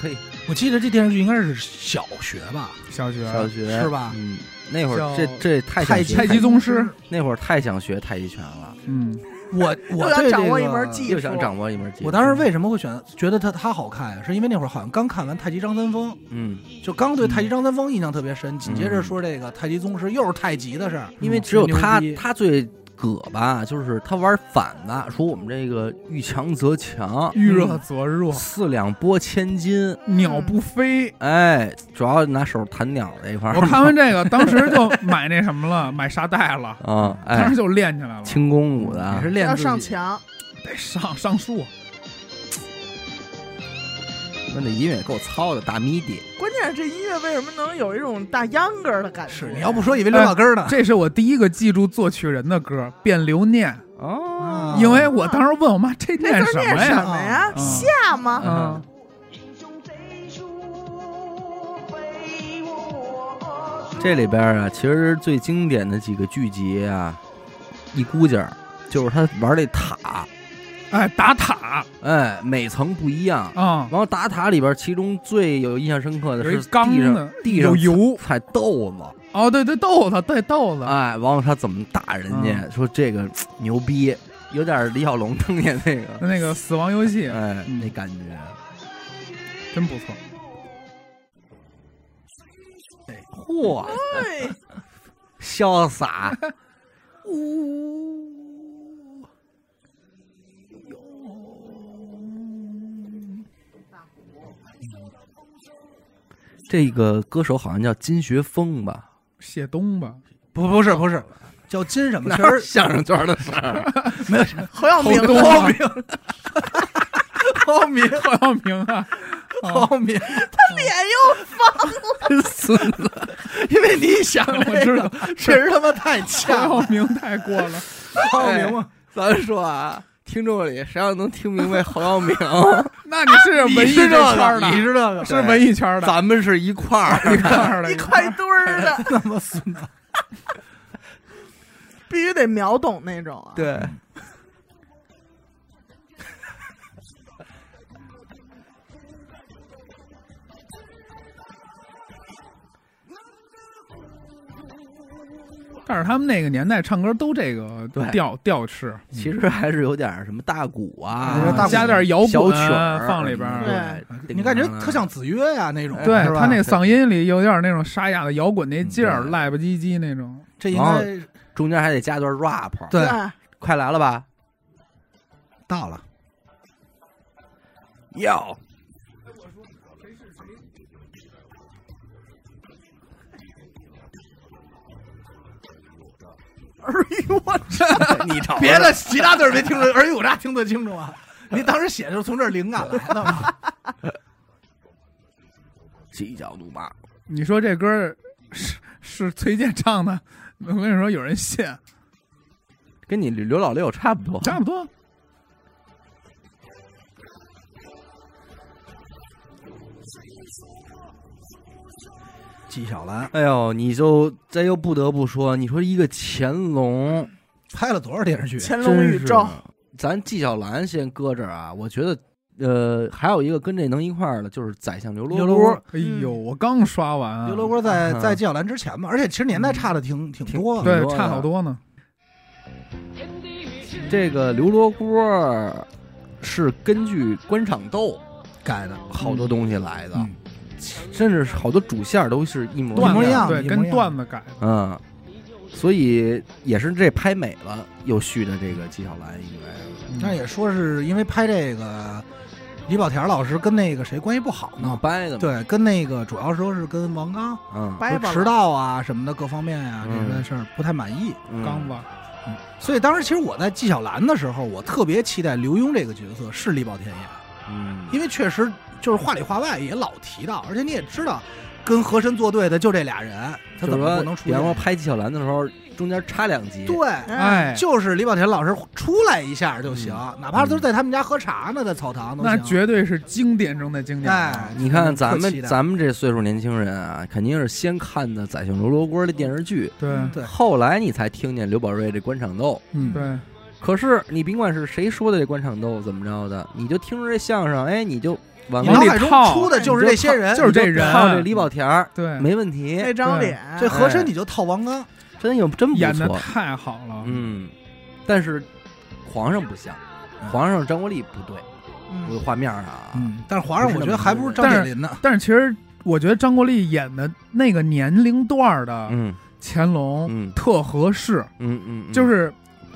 嘿，我记得这电视剧应该是小学吧，小学。小学是吧嗯，那会啊叫儿这这太想学太极宗师，那会儿太想学太极拳了，嗯，我我又要对掌这握个一门技又想掌握一门技能。我当时为什么会选觉得他他好看呀？是因为那会儿好像刚看完《太极张三丰嗯，》，就刚对太极张三丰印象特别深。紧接着说这个太极宗师又是太极的事儿，因嗯为只有他牛逼他最葛吧，就是他玩反的，说我们这个遇强则强，嗯遇热则弱，四两拨千斤。嗯鸟不飞。哎，主要拿手弹鸟这一块儿。我看完这个，当时就买那什么了， 买沙袋了， 啊，当哎时，就练起来了，轻功舞也的啊是，练要自己上。墙，得上上树。那这音乐也够糙的，大咪底。关键是这音乐为什么能有一种大秧歌的感觉？是你要不说以为刘老根儿呢？这是我第一个记住作曲人的歌《变留念哦》，啊因为我当时问我妈啊这这字念儿什念么什呀？么呀？嗯下吗？嗯，这里边啊，其实最经典的几个剧集啊，一估计儿就是他玩这塔，哎，打塔哎，每层不一样。啊然，后打塔里边，其中最有印象深刻的有是一缸地上子，地上有油。踩豆子，哦，对对，豆子，对豆子，哎，完了他怎么打人家，说这个嘖牛逼，有点李小龙当年那个，那个死亡游戏哎，嗯那感觉。真不错。嚯，对，潇洒！这个歌手好像叫金学峰吧？谢东吧，不不是不是，叫金什么？其实相声圈的事儿？没有侯耀明，东侯浩明， 浩明，高 耀明啊，浩明，脸又孙子，因为你想我这知个道，确实他妈太欠高了，耀明太过了。浩明嘛。哎咱说啊，听众里谁要能听明白侯耀明， 那你是文艺这哎这圈儿个，的，你是这个，啊是文艺圈儿的，咱们是一块儿。一块儿的，一块堆儿的， 他妈孙子。必须得秒懂那种啊！对，但是他们那个年代唱歌都这个对调调式，其实还是有点儿什么大鼓啊你说，大鼓加点摇啊滚小曲儿放里边儿。对，叮你感觉当当特像子曰呀那种，嗯对是吧他那嗓音里有点那种沙哑的摇滚那劲儿，嗯对赖吧唧唧那种。这应该啊中间还得加段 rap，对哎快来了吧？到了，要哎呦 我这你瞅别的其他字儿没听出来，而且我这听得清楚啊。你当时写的就是从这儿灵感来的嘛？犄角怒骂，你说这歌儿是是崔健唱的，我跟你说有人信，跟你刘老六差不多。差不多。 纪晓岚哎呦，你就这又不得不说，你说一个乾隆，拍了多少电视剧？乾隆真宇是宙，咱纪晓岚先搁这儿啊，我觉得。呃，还有一个跟这能一块儿的，就是宰相刘罗刘罗锅锅，哎呦，我刚刷完，啊刘罗锅在嗯在纪晓岚之前嘛，而且其实年代差的挺挺多的。对挺多的差好多呢。这个刘罗锅是根据官场斗改的好多东西来的，嗯甚至是好多主线儿都是一模段一模子一样对，一模一跟样段子改的。嗯，所以也是这拍美了又续的这个纪晓岚，应该嗯那也说是因为拍这个，李保田老师跟那个谁关系不好闹嘛？掰的嘛，对，跟那个主要说是跟王刚嗯，掰吧说迟到啊什么的各方面呀、嗯这些事儿不太满意。嗯刚子，所以当时其实我在纪晓岚的时候，我特别期待刘墉这个角色是李保田演，嗯，因为确实就是话里话外也老提到，而且你也知道，跟和珅作对的就这俩人，他就是怎么说不能，出比方说现？拍纪晓岚的时候，中间插两集，对，哎，嗯就是李保田老师出来一下就行，哪怕都在他们家喝茶呢，在草堂都行。那绝对是经典中的经典啊。哎，你看特咱期们待咱们这岁数年轻人啊，肯定是先看的《宰相刘罗锅》的电视剧，对对后来你才听见刘宝瑞这官场斗，嗯，对，可是你甭管是谁说的这官场斗怎么着的，你就听着这相声，哎，你就往你往脑里海中套出的就是这些人，就是这人嗯哎靠这李保田儿对，没问题，那张脸，嗯这和珅你就套王刚，真有真不演的错，太好了，嗯，但是皇上不像，嗯皇上张国立不对，嗯我有画面啊，嗯，但是皇上我觉得还不如张但是铁林呢，但是其实我觉得张国立演的那个年龄段的嗯乾隆嗯特合适，嗯嗯，就是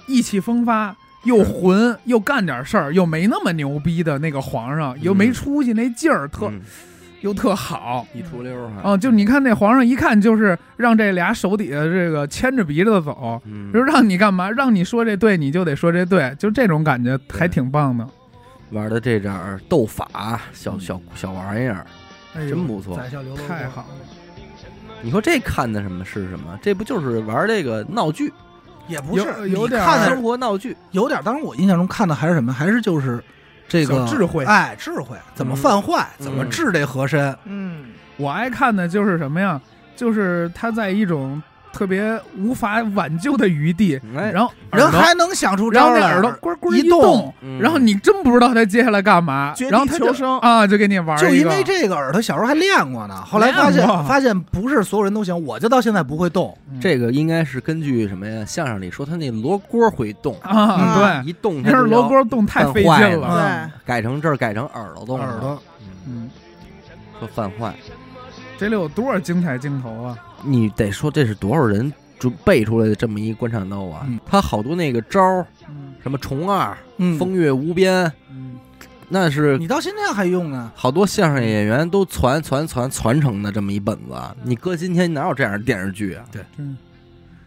意气风发。又混又干点事儿，又没那么牛逼的那个皇上，又没嗯出息那劲儿，特嗯又特好，一出溜儿哈，啊，就你看那皇上一看就是让这俩手底下这个牵着鼻子走，嗯就是让你干 嘛，让你说这对你就得说这对，就这种感觉还挺棒的。玩的这点儿斗法嗯小小小玩意儿，哎呦真不错宰相刘罗锅太好了，你说这看的什么是什么？这不就是玩这个闹剧，也不是有有你点儿看的生活闹剧？有点儿，当时我印象中看的还是什么，还是就是这小个智慧哎，智慧怎么犯坏，嗯怎么治这和珅，嗯，我爱看的就是什么呀？就是他在一种特别无法挽救的余地，哎，然后人耳朵，还能想出然招后那来，耳朵咕咕一一动嗯然后你真不知道他接下来干嘛绝，地然后他就求生啊，就给你玩就一因个为这个耳朵小时候还练过呢，后来发现练过发现不是所有人都行，我就到现在不会动，嗯这个应该是根据什么呀？相声里说他那罗锅会动，啊，哎对，一动它要是就罗要锅动太费犯坏劲了了，嗯对，改成这儿改成耳朵动了耳朵，嗯嗯，说犯坏，这里有多少精彩镜头啊！你得说这是多少人准备出来的这么一官场斗啊嗯？他好多那个招儿，嗯什么虫二、嗯，风月无边，嗯，那是你到现在还用呢，好多相声演员都传传传传承的这么一本子，嗯你搁今天哪有这样的电视剧 啊？真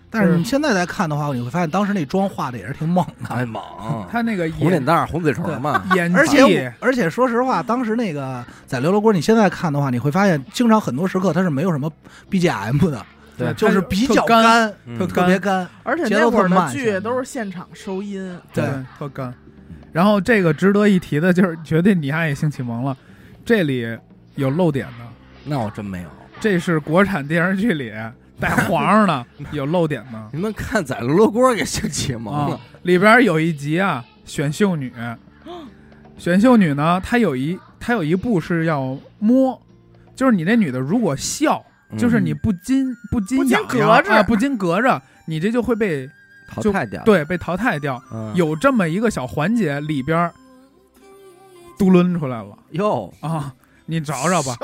但是是你现在再看的话，你会发现当时那妆画的也是挺猛的，太哦猛，他那个哎红脸演蛋儿、红嘴唇儿嘛，演技，而且我而且说实话，当时那个在刘罗锅，你现在看的话，你会发现经常很多时刻它是没有什么 BGM 的，对就是比较特干干，嗯特特别干。而且节那奏会特儿慢的现剧在都是现场收音，对，特干。然后这个值得一提的就是，绝对你爱也性启蒙了，这里有漏点的，那我真没有。这是国产电视剧里带皇上的有漏点的你们看宰了罗锅给性启蒙啊了，。里边有一集啊，选秀女，选秀女呢，她有一她有一步是要摸，就是你这女的如果笑，嗯就是你不禁不不禁禁痒痒隔着啊不禁隔着，你这就会被淘就汰掉，对被淘汰掉。啊嗯，有这么一个小环节，里边儿嘟抡出来了哟，啊！你找找吧，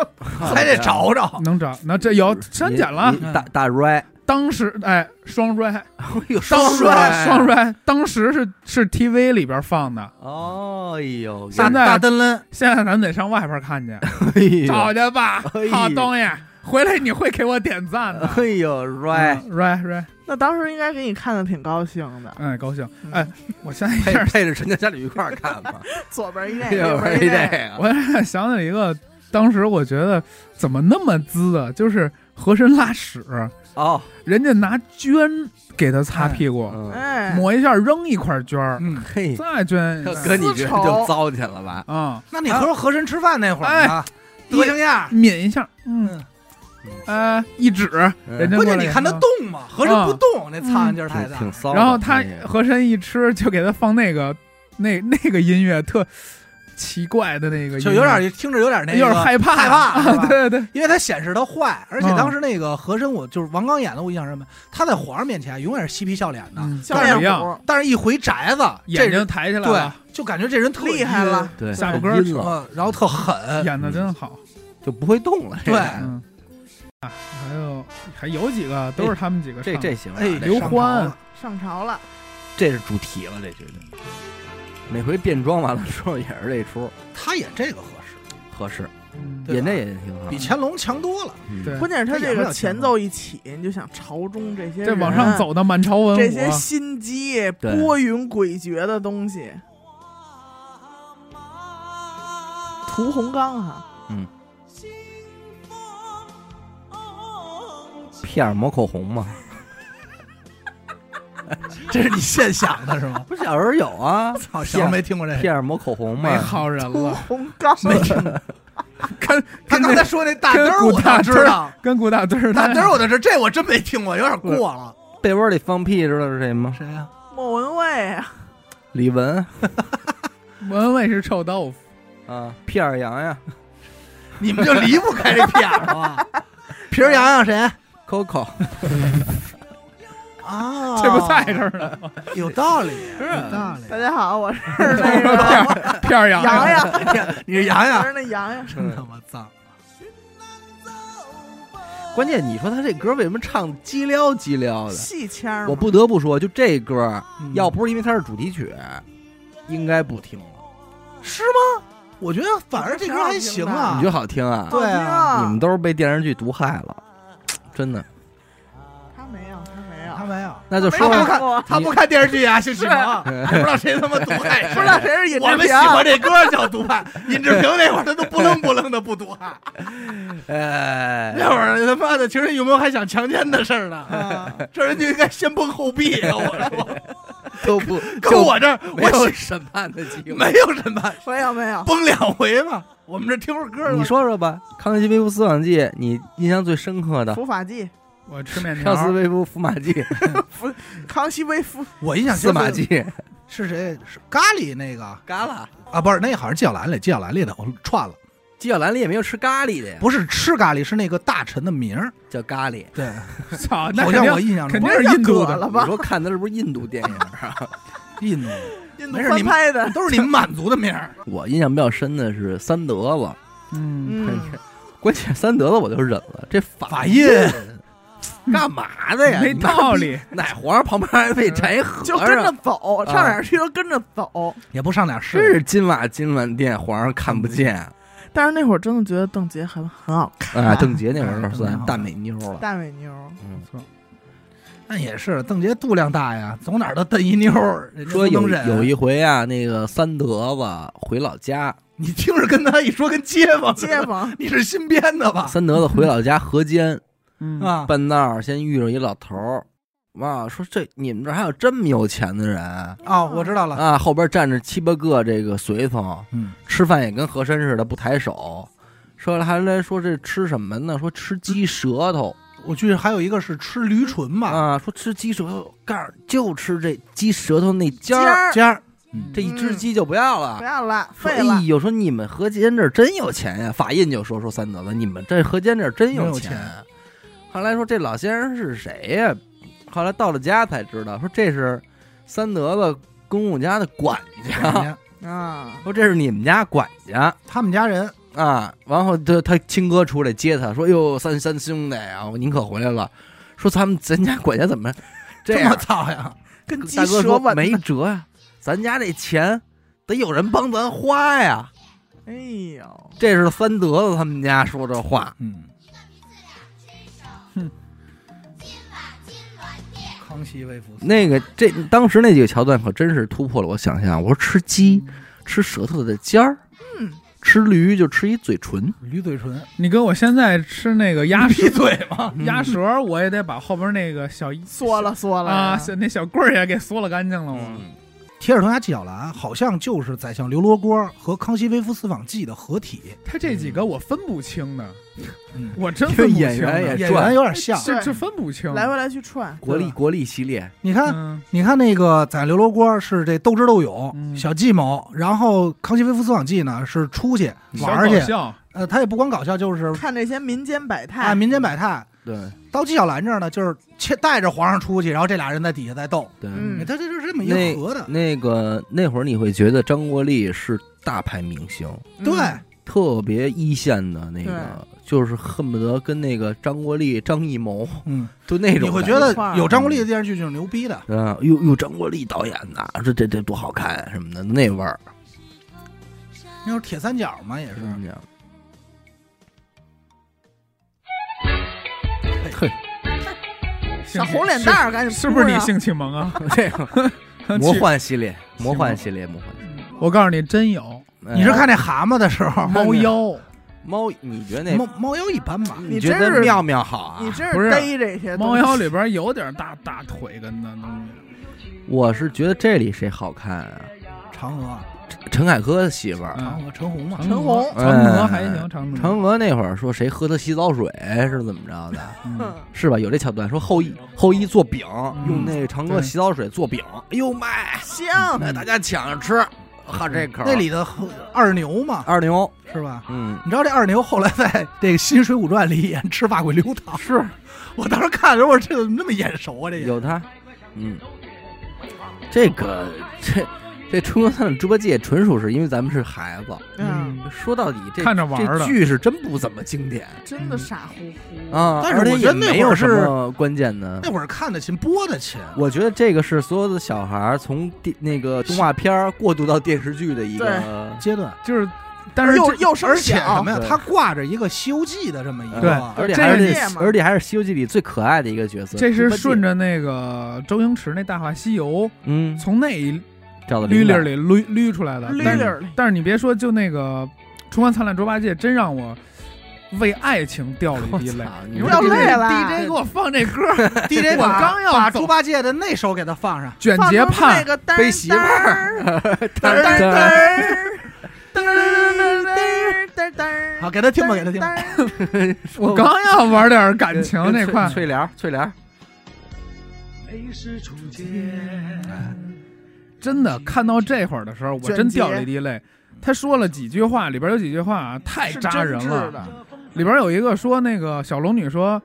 还得找找。能找？那这有删减了嗯你。你大大 r 当时哎，双摔，哎呦，当时摔，双摔，当时是是 TV 里边放的，哦，哎呦，现在大灯笼，现在咱们得上外边看去，哎呦，找去吧哎，呦好东西，回来你会给我点赞的。哎呦，right，嗯摔摔，那当时应该给你看的挺高兴的，哎，高兴，嗯哎，我现在一配下，配着陈家家里一块儿看吧，左边一那，哎呦右喂边一这个，那，我现在想起一个，当时我觉得怎么那么滋啊，就是和珅拉屎，哦，人家拿绢给他擦屁股，嗯，哎，抹一下扔一块绢儿，嗯，嘿，再捐 一要下搁你这就糟践了吧？啊，那你和和珅吃饭那会儿呢，德行样儿。抿一下，嗯，哎，一指，人家关过键来你看他嗯动嘛，和珅不动，那苍蝇劲儿太挺大。挺骚的。然后他哎呀和珅一吃就给他放那个那那个音乐，特奇怪的那个音乐，就有点听着有点那个，有点害怕，害怕是吧啊对对，因为他显示他坏，而且嗯当时那个和珅，我就是王刚演的，我印象什么，他在皇上面前永远是嬉皮笑脸的，嗯笑但脸是一样虎，但是一回宅子，这眼人睛抬起来对了，，就感觉这人特厉害了，对下巴很根儿阴了嗯，然后特狠，演的真好，就不会动了。这对个嗯，啊，还有还有几个都是他们几个这唱的这行啊，哎，这刘上欢朝了上朝了，这是主题了，这绝对。每回变装完了之后也是这出，他演这个合适，合适，嗯对演吧这也挺好。比乾隆强多了。嗯对关键是他他这演个不了乾前隆奏一起，你就想朝中这些这人往上，走的啊满朝文武，这些心机、对波云诡谲的东西，屠洪刚哈，片儿抹口红嘛， 这是你现想的是吗？不是小时候有 啊， 好像没听过这个，片儿抹口红没嘛。好人屠了，洪刚，没听过。 跟他跟刚那才说那大嘚跟儿，古我大嘚倒知儿道，跟古大墩儿 大嘚儿我倒知道，这我 真没听过，有点过了。被窝里放屁，知道是谁吗？谁呀？莫文蔚啊，李玟文蔚是臭豆腐，啊，屁眼羊 呀你们就离不开 这屁眼儿了。皮儿洋洋谁，Coco，啊？这不在这儿呢吗？有道理，有啊道理。大家好，我是那个片儿洋洋洋， 你是洋 我洋，是那洋洋。真他妈脏。关键你说他这歌为什么唱叽撩叽撩的？戏腔儿嘛，我不得不说，就这歌，嗯要不是因为它是主题曲，应该不听了。是吗？我觉得反而这歌还行啊。你觉得好听啊？好听啊你们都是被电视剧毒害了，真的。他没有，他没有，他没有，那就没说有吧，看 过，他不看电视剧啊，谢启蒙，是不知道谁他妈毒害谁，不知道谁是尹我志们喜平。啊欢这歌叫毒害，尹志平那会儿他都不愣不愣的不毒害，哎，那会儿他妈的情人有没有还想强奸的事儿呢？啊这人就应该先崩后毙啊！我说，都不跟我这儿没有我审判的机会。没有什么没有没 有，崩两回嘛，我们这听会儿歌儿吧你说说吧，《康熙微服私访记》，你印象最深刻的？伏法记，我吃面条上，次微服伏马 记、康熙微服，我印象司马记、是谁？是咖喱那个嘎啦。啊？不是，那好像纪晓岚里，纪晓岚里的我串了，纪晓岚里也没有吃咖喱的呀，不是吃咖喱，是那个大臣的名儿。叫咖喱。对， 操，那肯好像定我印象肯中定是印度不是的了你吧说看的是不是印度电影啊？印度的印度没事翻你们拍的，都是你们满族的名儿。 我印象比较深的是三德子，嗯，嗯，关键三德子我就忍了，这法法印干嘛的呀？没道理。奶皇上旁边还被摘一啊和就跟着尚，走，上哪儿去都跟着走。 也不上点是金瓦金碗店，皇上看不见但是那会儿真的觉得邓婕很很好看，啊。邓婕那会儿哎算邓婕大美妞了，大美妞，那也是，邓婕度量大呀，走哪儿都蹬一妞儿，人家说不能有忍有一回啊，那个三德子回老家，你听着跟他一说跟街坊似的街坊你是新编的吧？三德子回老家河间，嗯啊，半道儿先遇上一老头儿，哇，说这你们这儿还有这么有钱的人啊啊，我知道了，啊？后边站着七八个这个随从，嗯，吃饭也跟和珅似的不抬手，说了还来说这吃什么呢？说吃鸡舌头我记得还有一个是吃驴唇嘛，啊，说吃鸡舌头盖儿就吃这鸡舌头那尖尖儿，儿尖儿这一只鸡就不要了。不要了，说废哎了，呦，说你们河间这儿真有钱呀、法印就说说三德子，你们这河间这儿真有真有钱钱后来说这老先生是谁呀、后来到了家才知道，说这是三德子公公家的管人家，家啊，说这是你们家管家哎他们家人啊。然后他他亲哥出来接他，说哟三三兄弟啊，您可回来了。说咱们咱家管家怎么 这么样？操呀，跟鸡大哥舌说吻，没辙呀、咱家这钱得有人帮咱花呀。哎呦，这是三德子他们家说这话。嗯，康熙微服那个这当时那几个桥段可真是突破了我想象。我说吃鸡，吃舌头的尖儿，嗯，吃驴就吃一嘴唇，驴嘴唇，你跟我现在吃那个鸭舌嘴嘛， 鸭舌，我也得把后边那个小缩了缩了啊，小那小棍儿也给缩了干净了。嗯我铁齿铜牙纪晓岚好像就是宰相刘罗锅和《康熙微服私访记》的合体，他这几个我分不清的嗯，我真因为分不演清的。员也演转员哎有点像。这这分不清。来回啊来去串，国力对吧国力系列，你看，嗯，你看那个宰刘罗锅是这斗智斗勇、嗯小计谋，然后《康熙微服私访记》呢是出去玩儿小搞去，笑，呃，他也不光搞笑，就是看这些民间百态啊，民间百态。对到纪晓岚这儿呢，就是切带着皇上出去，然后这俩人在底下在斗，对。嗯他这就是这么一那个合的。那个那会儿你会觉得张国立是大牌明星，嗯对，特别一线的那个，对就是恨不得跟那个张国立、张艺谋 嗯，就那种感。你会觉一得块儿有张国立的电视剧就是牛逼的。啊，哟哟，张国立导演呐，这这这多好看啊什么的那味儿。那时候铁三角嘛，也是。嗯哎嘿，小红脸蛋儿赶紧是不是扑你上性启蒙啊？这个魔 去幻系列，魔幻系列，魔幻系我告诉你，真有列。你是哎看那蛤蟆的时候， 猫妖，嗯猫？你觉得猫那猫妖一般吧，你觉真得是妙妙好啊？你真不是逮这些东猫西妖里边有点大大腿跟那东西。我是觉得这里谁好看啊？嫦娥陈凯歌的媳妇儿，嫦嗯娥、陈红嘛，陈红嫦娥哎还行，嫦娥嫦娥那会儿说谁喝她洗澡水是怎么着的，嗯是吧？有这桥段，说后羿后羿做饼，用嗯那嫦娥对洗澡水做饼，哎呦卖，香，啊哎大家抢着吃，哈这口儿嗯那里头二牛嘛，二牛，是吧？嗯，你知道这二牛后来在这个《新水浒传》里演吃八鬼刘唐，是我当时看的时候，我说这怎么那么眼熟啊？这也有他，嗯，这个这这春哥他们直播界纯属是因为咱们是孩子，嗯，说到底这看着玩儿这的剧是真不怎么经典真的傻乎乎，啊，但是而且我觉也得那没会有儿什是么关键的那。会儿看的勤，播的勤，我觉得这个是所有的小孩儿从电那个动画片儿过渡到电视剧的一个，阶段。就是，但是又这又声而且什小么，呀？对他挂着一个《西游记》的这么一对个，呃而且这还是是那嘛而且还是《西游记》里最可爱的一个角色。这猪是八戒顺着那个周星驰那《大话西游嗯》从那一找到捋灵捋感里捋捋出来的。绿但绿是儿的但是你别说，就那个《春光灿烂猪八戒》，真让我为爱情掉了一滴我。泪操你你说要这累了 DJ 给我放这歌儿， DJ 我把刚要把走猪八戒的那首给他放上，卷放睫成那盼，个嘚儿背媳妇儿嘚儿当然当然嘚儿嘚儿嘚儿嘚儿好，给他听吧，给他听吧。嘚儿我刚要玩点感 情那块翠，翠莲儿翠莲儿，泪是重见。真的看到这会儿的时候，我卷真掉睫了一滴泪。他说了几句话，里边有几句话啊，太是扎人真挚了。的，里边有一个说那个小龙女说，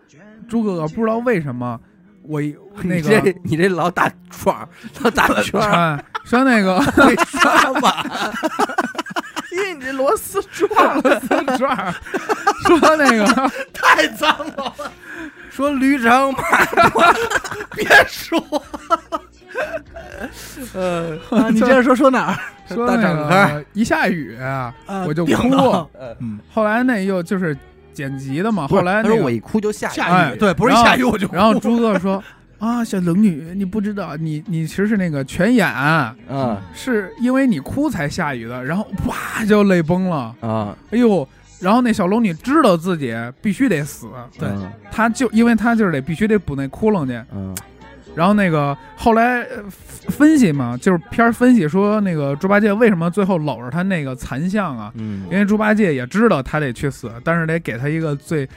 猪哥哥不知道为什么我一 那你个这你这老打转儿，老 打圈儿，啊，说那个会刷碗，因为你这螺丝撞了，转儿，说那个太脏了，说驴肠 马别说。呃，你接着说说哪儿？说大那展开个一下雨啊啊我就顶哭了。嗯后来那又就是剪辑的嘛，后他来那说个我一哭就下下雨，雨对，不是一然后下雨我就哭然后朱哥说啊，小龙女，你不知道，你你其实是那个泉眼，嗯是因为你哭才下雨的，然后哇就泪崩了，啊，哎呦。然后那小龙女知道自己必须得死，对嗯她就因为她就是得必须得补那窟窿去。嗯然后那个后来呃分分析嘛，就是片儿分析说那个猪八戒为什么最后搂着他那个残像啊，嗯因为猪八戒也知道他得去死，但是得给他一个最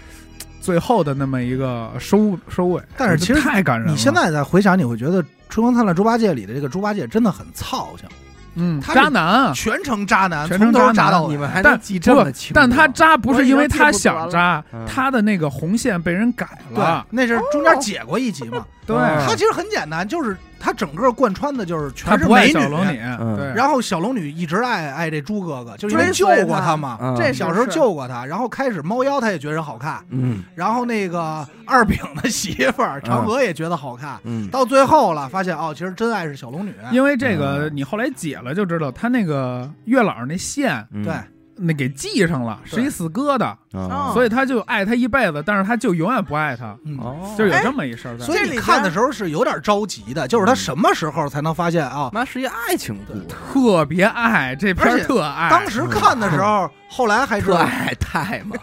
最后的那么一个收收尾。但是其实太感人了。你现在再回想，你会觉得《春光灿烂猪八戒》里的这个猪八戒真的很操性，嗯，他渣是男啊，全程渣男，全程从头渣渣男到尾你。们还但能记这么清楚？但他渣不是因为他想渣我已经记不得了嗯，他的那个红线被人改对了，。那是中间解过一集嘛。对，嗯他其实很简单，就是他整个贯穿的就是他全是不爱美小龙女，女。嗯对，然后小龙女一直爱爱这猪哥哥，就是因为追救随过他他嘛。嗯这小时候救过他，然后开始猫妖他也觉得好看，嗯然后那个二饼的媳妇儿嫦娥也觉得好看，嗯到最后了发现哦，其实真爱是小龙女。因为这个嗯你后来解了就知道，他那个月老那线嗯对，那给系上了，是一死疙瘩，啊所以他就爱他一辈子，但是他就永远不爱他，嗯，哦就是有这么一事儿在。所以你看的时候是有点着急的，就是他什么时候才能发现啊？妈是一爱情故事，特别爱这片而儿且特爱，当时看的时候，后来 还知特道爱太嘛，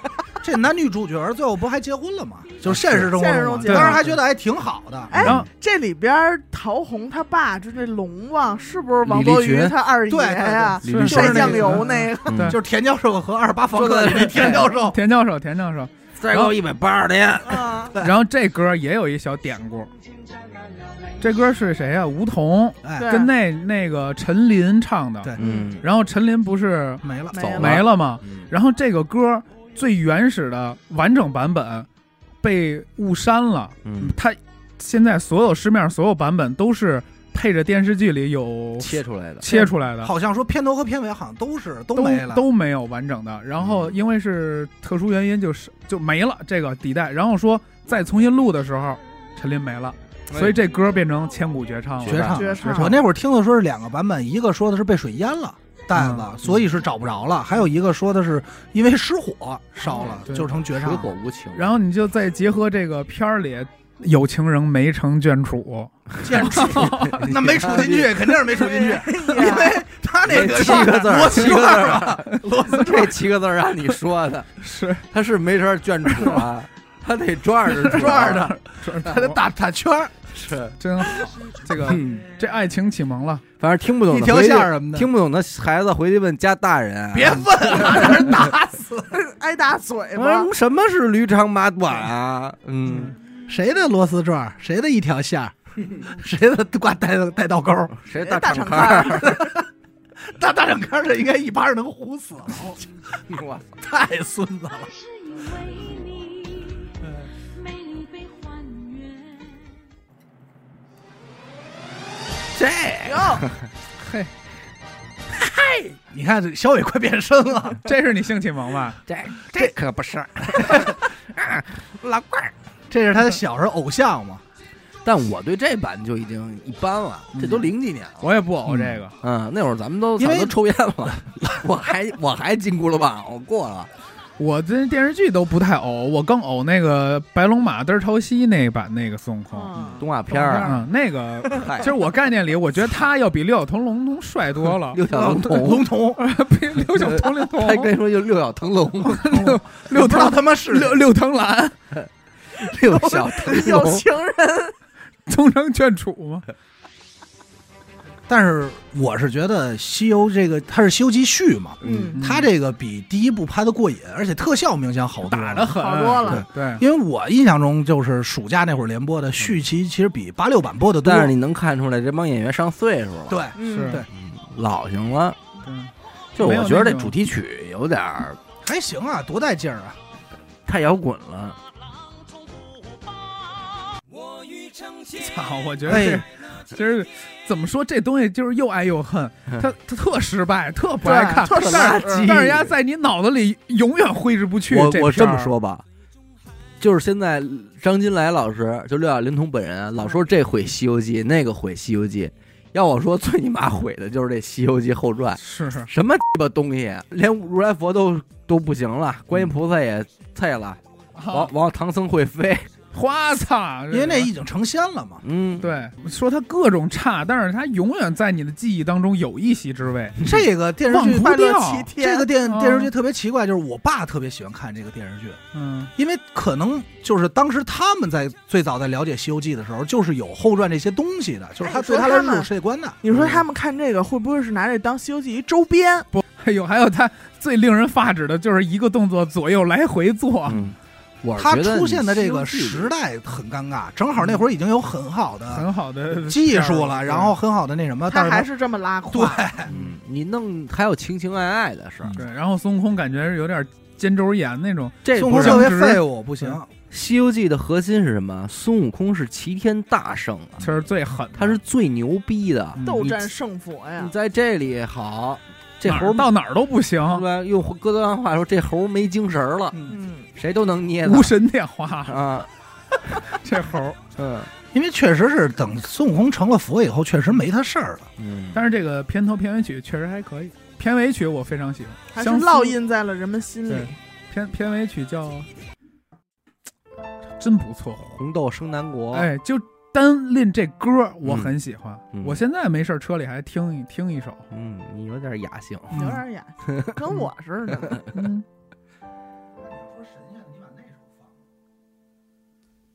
这男女主角最后不还结婚了吗？就是现实生活现实中中嘛，结当时婚还觉得还挺好的。哎然后这里边儿陶虹他爸就这龙王是不是王李立多鱼群他二爷对对对呀？李立是晒是那酱个油那个，嗯对就是田教授和二十八房客说里的那田教授，哦田教授，田教授，再给我一百八十年，啊，对然后这歌也有一小典故，这歌是谁呀、吴彤哎，对跟那那个陈琳唱的。对嗯然后陈琳不是没了，没了没了吗？嗯然后这个歌最原始的完整版本被误删了，嗯它现在所有市面上所有版本都是配着电视剧里有切出来的，切出来的，好像说片头和片尾好像都是都都没了，都没有完整的。然后因为是特殊原因，就是就没了这个底带。然后说再重新录的时候，陈琳没了，所以这歌变成千古绝唱了。绝唱绝唱我那会儿听的说是两个版本，一个说的是被水淹了。袋子，嗯所以是找不着了。还有一个说的是因为失火烧了，对就成绝唱水火了。无情，然后你就再结合这个片儿里有情人没成眷属，建筑那没处进去，肯定是没处进去，哎因呀为他那个七个字儿螺七丝个字转儿啊嘛，螺丝这七个字儿让你说的，是他是没事儿眷属啊，他得转着转着，着，他得打打圈儿，是，真好。这个这爱情启蒙了，嗯反正听不懂一的条回去线儿什么的听不懂的孩子回去问家大人，啊别问，把人打死。挨打嘴巴嗯，什么是驴长马短啊？嗯， 谁的螺丝转儿，谁的一条线儿，谁的挂带带倒钩儿，谁谁大大敞敞开开？大大整杆儿这应该一巴掌能呼死了，我太孙子了。是因为你，美丽被还原。这哟，嘿，你看这小伟快变身 了，这是你性启蒙吧？这这可不 是，嗯老怪儿。这是他的小时候偶像嘛？但我对这版就已经一般了，这都零几年了。我也不偶这个，嗯，那会儿咱们都因咱为们都抽烟了， 我还我还进咕噜吧，我过了。我这电视剧都不太偶，我更偶那个白龙马嘚儿朝西那一版那个孙悟空。哦动画片儿，嗯，那个嗨，其实我概念里，我觉得他要比六小龙龙童帅多了六小龙童， 龙童，比六小龙灵童他跟你说就六小腾龙，六道他妈是六六藤兰、 六小腾有龙。情人东城眷楚嘛，但是我是觉得《西游》这个它是《西游记续》嘛，嗯它这个比第一部拍的过瘾，而且特效明显好多打的很好多了。对，因为我印象中就是暑假那会儿连播的续集，其实比八六版播的多。但是你能看出来，这帮演员上岁数了，对，嗯对老行了。嗯就没有我觉得那这种主题曲有点儿还行啊，多带劲儿啊！太摇滚了， 操，啊我觉得这哎就是怎么说，这东西就是又爱又恨，他他特失败，特不爱对看，特但垃圾是但是人家在你脑子里永远挥之不去。我我这这片儿么，说吧，就是现在张金来老师，就六小龄童本人，啊老说这毁《西游记》，那个毁《西游记》。要我说，最你妈毁的就是这《西游记后传》，是是什么鸡巴东西，啊连如来佛都都不行了，观音菩萨也菜了，啊王王唐僧会飞， 花草，因为那已经成仙了嘛。嗯，对说他各种差，但是他永远在你的记忆当中有一席之位。这个电视忘剧不拍快的，乐掉七天，这个电嗯电视剧特别奇怪，就是我爸特别喜欢看这个电视剧，嗯，因为可能就是当时他们在最早在了解《西游记》的时候，就是有后传这些东西的，就是哎他你说对他来他说们是有世界观的。你说他们看这个会不会是拿这当《西游记》一周边？哎呦，还有他最令人发指的就是一个动作左右来回做，嗯，我是他觉得出现的这西个游记时代很尴尬，正好那会儿已经有很好的很好的嗯技术了，对然后很好的那什么，他但是还他是这么拉对胯，嗯，你弄还有情情爱爱的事儿，对，然后孙悟空感觉是有点肩周炎那种，这孙悟不空是特《别僵直废物，不行。西游记》的核心是什么？孙悟空是齐天大圣啊其，实最狠的，他是最牛逼的，嗯斗你战胜佛呀你！在这里好，这哪猴儿到哪儿都不行，是吧？用哥德纲话说，这猴没精神儿了，嗯，谁都能捏无的神点化，啊。这猴儿。嗯因为确实是等孙悟空成了佛以后，确实没他事儿了。嗯，但是这个片头片尾曲确实还可以，片尾曲我非常喜还欢，是相思烙印在了人们心对里。片片尾曲叫真不错，红豆生南国，哎，就单论这歌儿我很喜欢，嗯嗯我现在没事儿车里还听一听一首，嗯，你有点雅兴。嗯有点雅，跟我似的。嗯，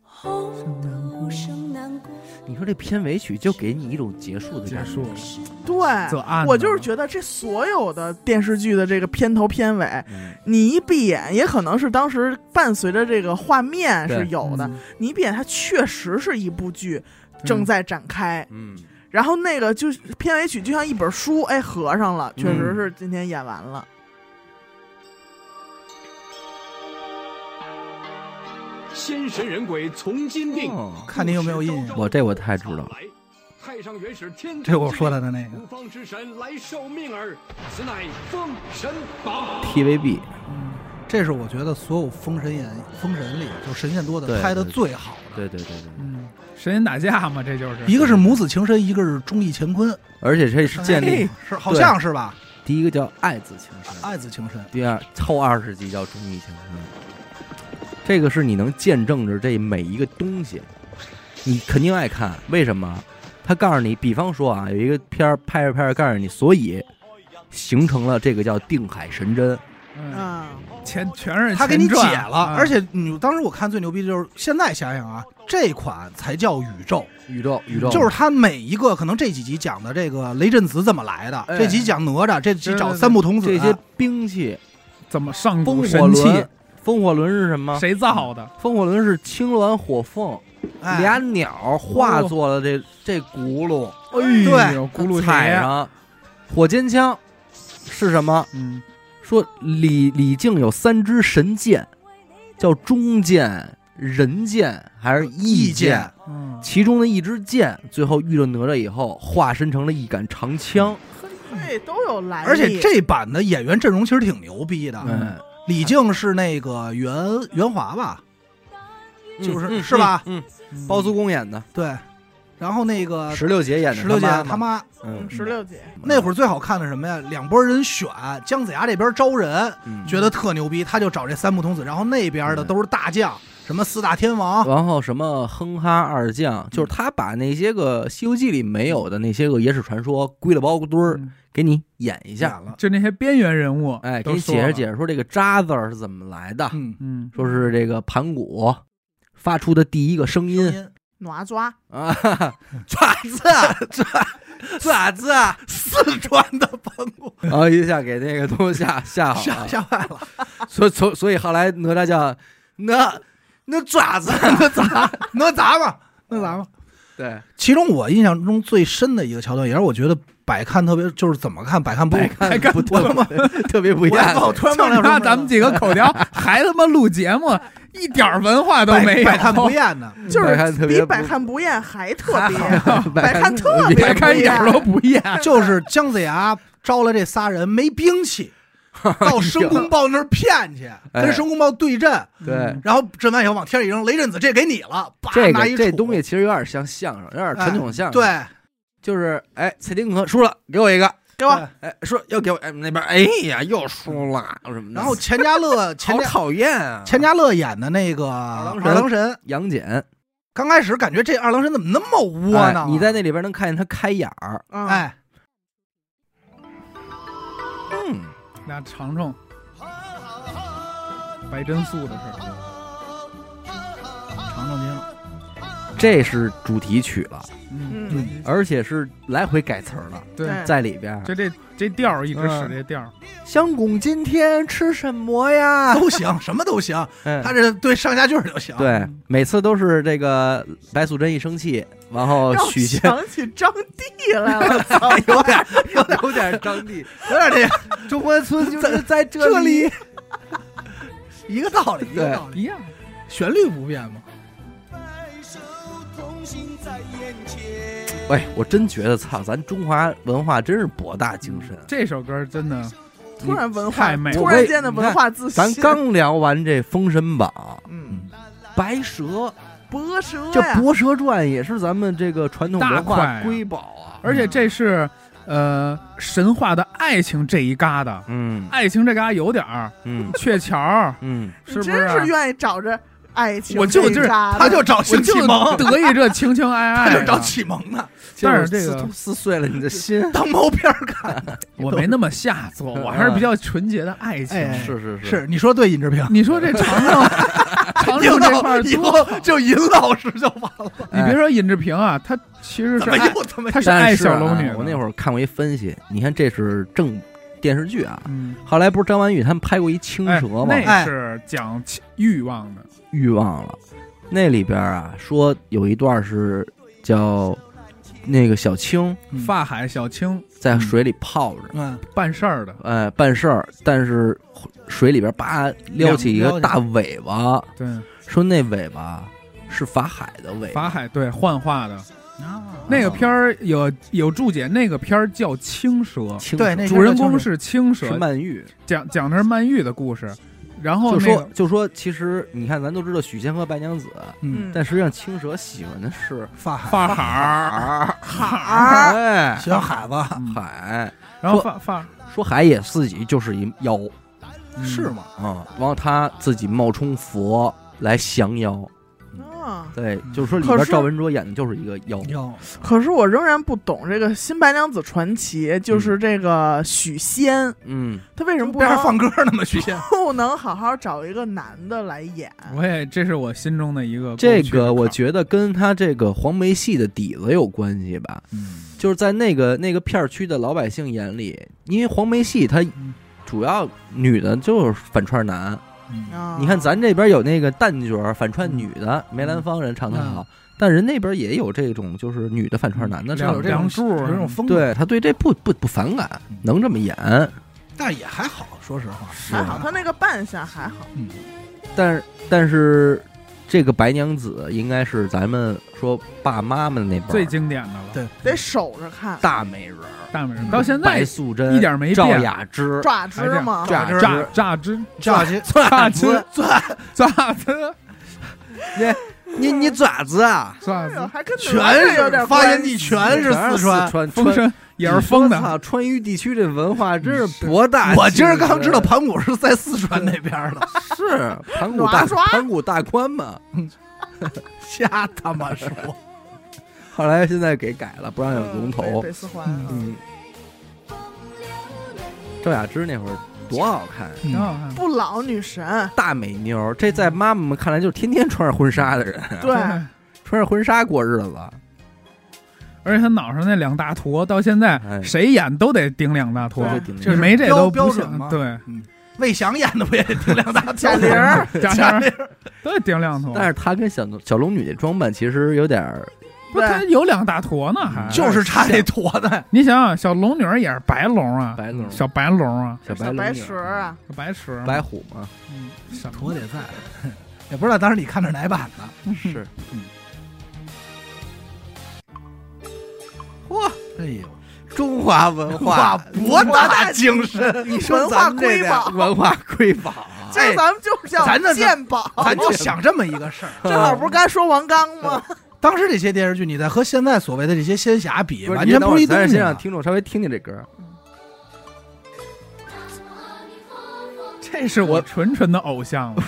红豆生南国。你说这片尾曲就给你一种结束的结感束觉，了，对则，暗，我就是觉得这所有的电视剧的这个片头片尾，嗯你一闭眼，也可能是当时伴随着这个画面对是有的。嗯你一闭眼，它确实是一部剧正在展开，嗯，然后那个就是片尾曲就像一本书，哎，合上了，确实是今天演完了。仙神人鬼从今定，哦看你有没有印象我这我太知道了。太上元始天地这我之说力他的那个五方之神来受命耳，此乃封神榜。 TVB 这是我觉得所有封神演封神里就神仙多的对拍的对最好的。对对对对，嗯，神仙打架嘛，这就是一个是母子情深，一个是忠义乾坤，而且这是建立哎是好像是吧？第一个叫爱字情深，爱子情深，第二后二十集叫忠义情深，嗯这个是你能见证着这每一个东西，你肯定爱看。为什么？他告诉你，比方说啊，有一个片儿拍着拍着告诉你，所以形成了这个叫定海神针。嗯嗯，钱全是他给你钱解赚了啊，而且你当时我看最牛逼的就是现在想想啊，这款才叫宇宙，宇宙宇宙啊就是他每一个可能这几集讲的这个雷震子怎么来的，哎这集讲哪吒，这集对找对对三木童子，这些兵器，怎么上风古火啊神器轮，啊风火轮是什么？谁造的？风火轮是青鸾火凤哎俩鸟化作了这这轱辘，哎呦，咕噜踩鞋，上。火尖枪是什么？嗯，说李李靖有三支神剑，叫中剑、人剑还是意义剑？嗯其中的一支剑最后遇到哪吒以后，化身成了一杆长枪。这都有哎来历，而且这版的演员阵容其实挺牛逼的，嗯李靖是那个袁袁华吧，就是是吧？嗯，嗯包租公演的，对，然后那个石榴姐演的，石榴姐他他妈嘛，妈嗯，十六姐那会儿最好看的是什么呀？两拨人选，姜子牙这边招人，嗯觉得特牛逼，他就找这三木童子，然后那边的嗯都是大将，什么四大天王，然后什么哼哈二将，就是他把那些个《西游记》里没有的那些个野史传说归了包堆儿，嗯给你演一演下。了，就那些边缘人物，嗯哎，给都你说解释了解，释说这个“渣”字儿是怎么来的，嗯，嗯，说是这个盘古发出的第一个声音哪吒啊， 爪子 爪爪子，啊四川的朋 友然后一下给那个东西吓吓好吓了，吓坏了，所以所以所以后来哪吒叫哪哪爪子， 嗯那咋那咋嘛那咋嘛？对，其中我印象中最深的一个桥段，也是我觉得百看特别，就是怎么看百看不白看不我他妈 特别不一样我我突然忘了就有什么拿咱们几个口条， 还他妈录节目，一点儿文化都百没有，百看不厌 呢。就嗯百看是特比别百不看不厌还特别，百百看特别百看一点儿都不厌。就是姜子牙招了这仨人没兵 器，到申公豹那儿骗去，哎跟申公豹对阵，对。然后阵完以后往天上一扔，雷震子这给你了，叭这嗯拿一个这杵东西其实有点像相声，有点传统相声。，对，就是哎，蔡丁格输了，给我一个，对吧？哎，说又给我，哎那边，哎呀，又输了什么的。然后钱 嘉乐钱好嘉讨厌啊，钱嘉乐演的那个二郎神郎神，杨戬刚开始感觉这二郎神怎么那么窝哎囊？啊你在那里边能看见他开眼儿，嗯，哎，嗯，那尝尝白真素的事儿，尝尝您了，这是主题曲了，嗯，嗯，而且是来回改词儿了，对，对在里边。就这这调儿一直使嗯这调儿，相公今天吃什么呀？都行，什么都行，哎他这对上下句儿就行。对，每次都是这个白素贞一生气，然后让我许仙想起张帝来了，操有点有点有点张帝，有点这个中关村就是在这里一个道理，一个道理，一样。旋律不变嘛。喂，我真觉得操，咱中华文化真是博大精深。这首歌真的，突然文化太美，了突然间的文化自咱信，刚聊完这《封神榜嗯，》，啊白蛇，博蛇这呀《博蛇传》也是咱们这个传统文大块化啊瑰宝啊。而且这是呃神话的爱情这一旮瘩，嗯爱情这旮有点儿嗯鹊桥儿，嗯，你是啊不真是愿意找着爱情我就这一就是渣他的就找啊我寻就启蒙，得意这情情爱他爱就的，哎找启蒙呢，但是这个就是撕撕碎了你的心。 当毛片儿 看。我没那么下作，我还是比较纯洁的爱情。哎是是是，是你说对，尹志 平，你说这尝尝，尝以尝这块后儿以多后就尹老师就完了，你别说尹志平啊，他其实怎是么爱又他妈他是爱但是小啊龙女的。我那会儿，儿看过一分析，你看这是正电视剧啊。嗯，后来不是张婉玉他们拍过一青哎蛇吗？那是讲情欲望的，欲望了。那里边啊，说有一段是叫那个小青嗯发海小青在水里泡着，嗯，办事儿的，哎，办事儿，但是水里边叭撩起一个大尾巴，对，说那尾巴是法海的尾法巴。海对幻化的那个片儿有有注解，那个片儿叫青蛇，青对那蛇个主人公是青是蛇，曼玉，讲讲的是曼玉的故事。然后就哦那说个就说，其实你看，咱都知道许仙和白娘子，嗯，但实际上青蛇喜欢的是发海法海儿，海海哎，小海子嗯海然后发发哎说海也自己就是一妖，是吗？啊、然后他自己冒充佛来降妖，啊。对，就是说里可边是赵文卓演的就是一个妖，要可是我仍然不懂这个《新白娘子传奇》，就是这个许仙，嗯，他为什么不边上能放歌呢嘛，许仙。不能好好找一个男的来演？我也这是我心中的一个这过去的个我坎儿觉得跟他这个黄梅戏的底子有关系吧，嗯就是在那个那个片儿区的老百姓眼里，因为黄梅戏它主要女的就是反串男，嗯啊你看咱这边有那个旦角儿反串女的，梅兰芳人唱得嗯好，但人那边也有这种就是女的反串男的嗯唱有得这好，种梁祝有这种风格，对他对这不不不反感嗯，能这么演，但也还好，说实话，嗯还好，他那个扮相还好。但是但是这个白娘子应该是咱们说爸妈们那辈儿最经典的了，对得守着看，大美人儿。大美人到现在白素贞一点没赵变雅芝、爪子嘛，赵雅榨芝、榨汁抓去榨汁子榨汁你你爪子啊，榨哎呦汁，还跟哪吒全有是点发关源地，系全是四四川。川风川声也是风你说的，操川渝地区这文化真是博大。我今儿刚知道，盘古是在四川那边儿的， 是盘古大哪吒盘古大宽嘛。瞎他妈 说。后来现在给改了，不让有龙头北。北四环啊嗯，赵雅芝那会儿多好看，挺好看。不老女神，大美妞儿，这在妈妈们看来就是天天穿着婚纱的人， 对， 穿着婚纱过日子。而且他脑上那两大坨，到现在哎谁演都得顶两大坨对，这这没这都标不标准像吗对，魏翔演的不也挺两 大贾玲儿，加贾上玲 都得顶两坨，但是她跟小龙小龙女的装扮其实有点儿不是他有两大坨呢，还就是差这坨子，你想想，小龙女儿也是白龙啊，白嗯龙小白龙啊，小白小龙白女蛇啊，小白蛇嘛，白虎嘛，嗯小坨得在， 也不知道当时你看着哪版的。是嚯，哎呦， 中华文哇，博大精深！你文化瑰宝，文化瑰宝，今儿咱们就是咱叫这鉴宝，哦 咱就想这么一个事 儿，正好不是刚才说王刚吗？当时这些电视剧，你在和现在所谓的这些仙侠比，是完全不是一咱东西先啊让。听众稍微听听这歌，这是我纯纯的偶像了，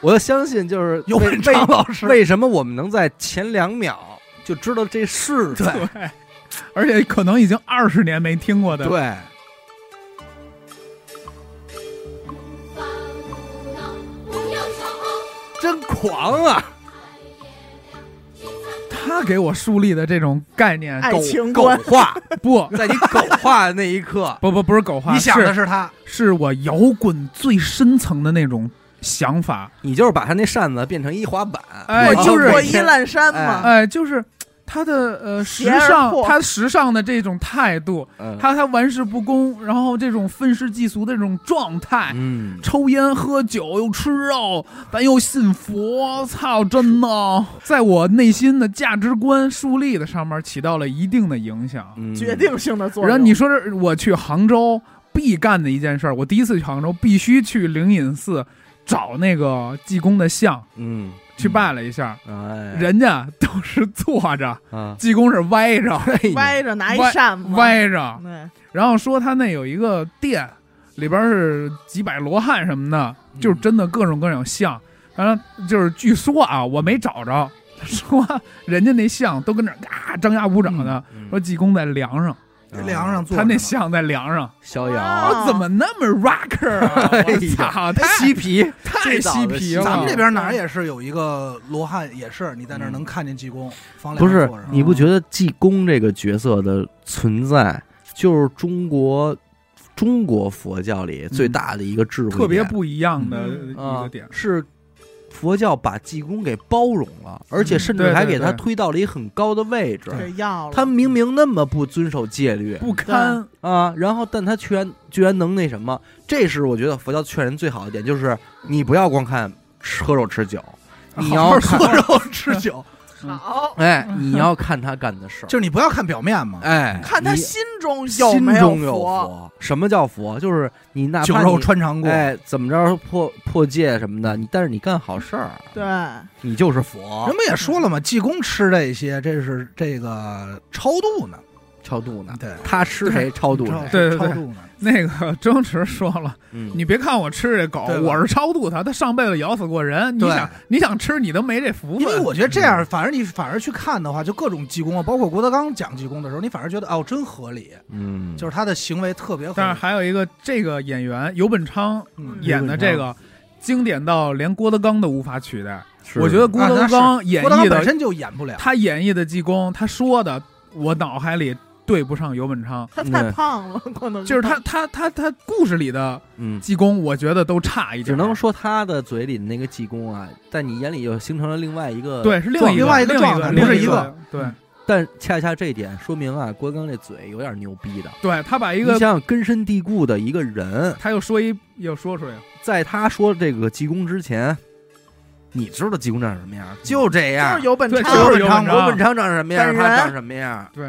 我相信就是有为文章老师，为什么我们能在前两秒就知道这是对 而且可能已经二十年没听过的，对，真狂啊！他给我树立的这种概念，爱狗情狗观化，不，在你狗化的那一刻不不不是狗话，你想的是是他，是我摇滚最深层的那种想法，你就是把他那扇子变成一滑板，哎我就是过每一天烂山嘛，哎，就是他的呃时啊而尚阔，他时尚的这种态度，嗯他他玩世不恭，然后这种愤世嫉俗的这种状态，嗯，抽烟喝酒又吃肉，咱又信佛，操，真的，在我内心的价值观树立的上面起到了一定的影响。嗯决定性的作然后用。你说这我去杭州必干的一件事儿，我第一次去杭州必须去灵隐寺找那个济公的像嗯，去拜了一下，哎，人家都是坐着，啊，济公是歪着 歪着拿一扇子，歪着，对，然后说他那有一个店，里边是几百罗汉什么的，嗯就是真的各种各种像。反正就是据说啊，我没找着， 说人家那像都跟那儿嘎张牙舞爪的，嗯说济公在梁上，这梁上坐他着呢那像在梁上，逍啊遥，哦我怎么那么 rocker 啊？哎我呀操，嬉太皮，太嬉皮了！咱啊们这边哪儿也是有一个罗汉，也是你在那儿能看见济公，方嗯不是梁坐着，你不觉得济公这个角色的存在，就是中国中国佛教里最大的一个智慧点、特别不一样的嗯一嗯啊个点，是佛教把济公给包容了，而且甚至嗯对还对给他对推到了一很高的位置。给要了。他明明那么不遵守戒律不堪。啊，然后但他居然居然能那什么，这是我觉得佛教劝人最好的点，就是你不要光看吃喝肉吃酒， 你要看喝肉吃 酒，好，哎， 你要看他干的事儿，就是你不要看表面嘛，哎，看他你心中有心没中有佛，佛。什么叫佛？就是你哪酒怕肉你穿肠过，哎怎么着破破戒什么的，你但是你干好事儿，对，你就是佛人。不也说了吗？济公吃这些，这是这个超度呢，超度呢，对，他吃谁嗯超度谁。对对超对度呢，那个周星驰说了，嗯，你别看我吃这狗对，吧我是超度它，它上辈子咬死过人。你对想，你想吃，你都没这福分。因为我觉得这样，反而你反而去看的话，就各种济公啊，包括郭德纲讲济公的时候，你反而觉得哦，真合理，嗯，就是他的行为特别合但是理。还有一个这个演员尤本昌嗯演的这个，经典到连郭德纲都无法取代。嗯是我觉得郭德纲演郭德纲绎本的，身就演不了，他演绎的济公，他说的，我脑海里对不上尤本昌。他嗯太胖了，可能就是他，他，他，他故事里的嗯，济公，我觉得都差一点，只能说他的嘴里的那个济公啊，在你眼里又形成了另外一个，对，是另一个另外一个个状态另不是一一个个，对但恰恰这一点说明啊，郭德纲这嘴有点牛逼的。对，他把一你个想，想根深蒂固的一个人，他又说一又说出来了，在他说这个济公之前，你知道济公长什么样？就这就样是。有本对昌，就是有昌，本罗本昌长什么样？本人他长什么样？对，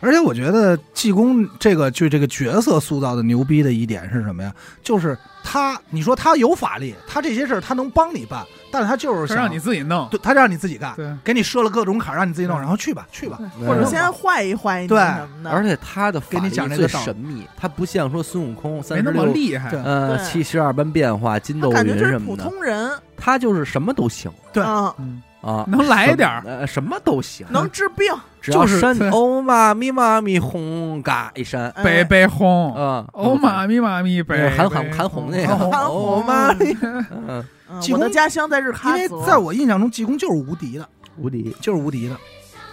而且我觉得济公这个就这个角色塑造的牛逼的一点是什么呀？就是他，你说他有法力，他这些事儿他能帮你办，但是他就是他想让你自己弄，对他让你自己干，对，给你设了各种坎儿，让你自己弄，对然后去吧，去吧，或者嗯先坏一坏你对什嗯么的，而且他的法给力你讲这最个道理神秘，他不像说孙悟空三没十那么六厉害对，呃对七十二般变化、筋斗他感觉云就是什么普的，通人，他就是什么都行对嗯，嗯，啊，能来点儿什么呃，什么都行，能治病，只要就是山对哦妈咪妈咪轰嘎一扇，哎北北轰，啊，哦妈咪妈咪呃，北，韩寒北韩红那韩个红韩哦红妈咪，嗯，嗯济我公的家乡在日因喀为则，在我印象中济公就是无敌的，无敌，就是无敌的，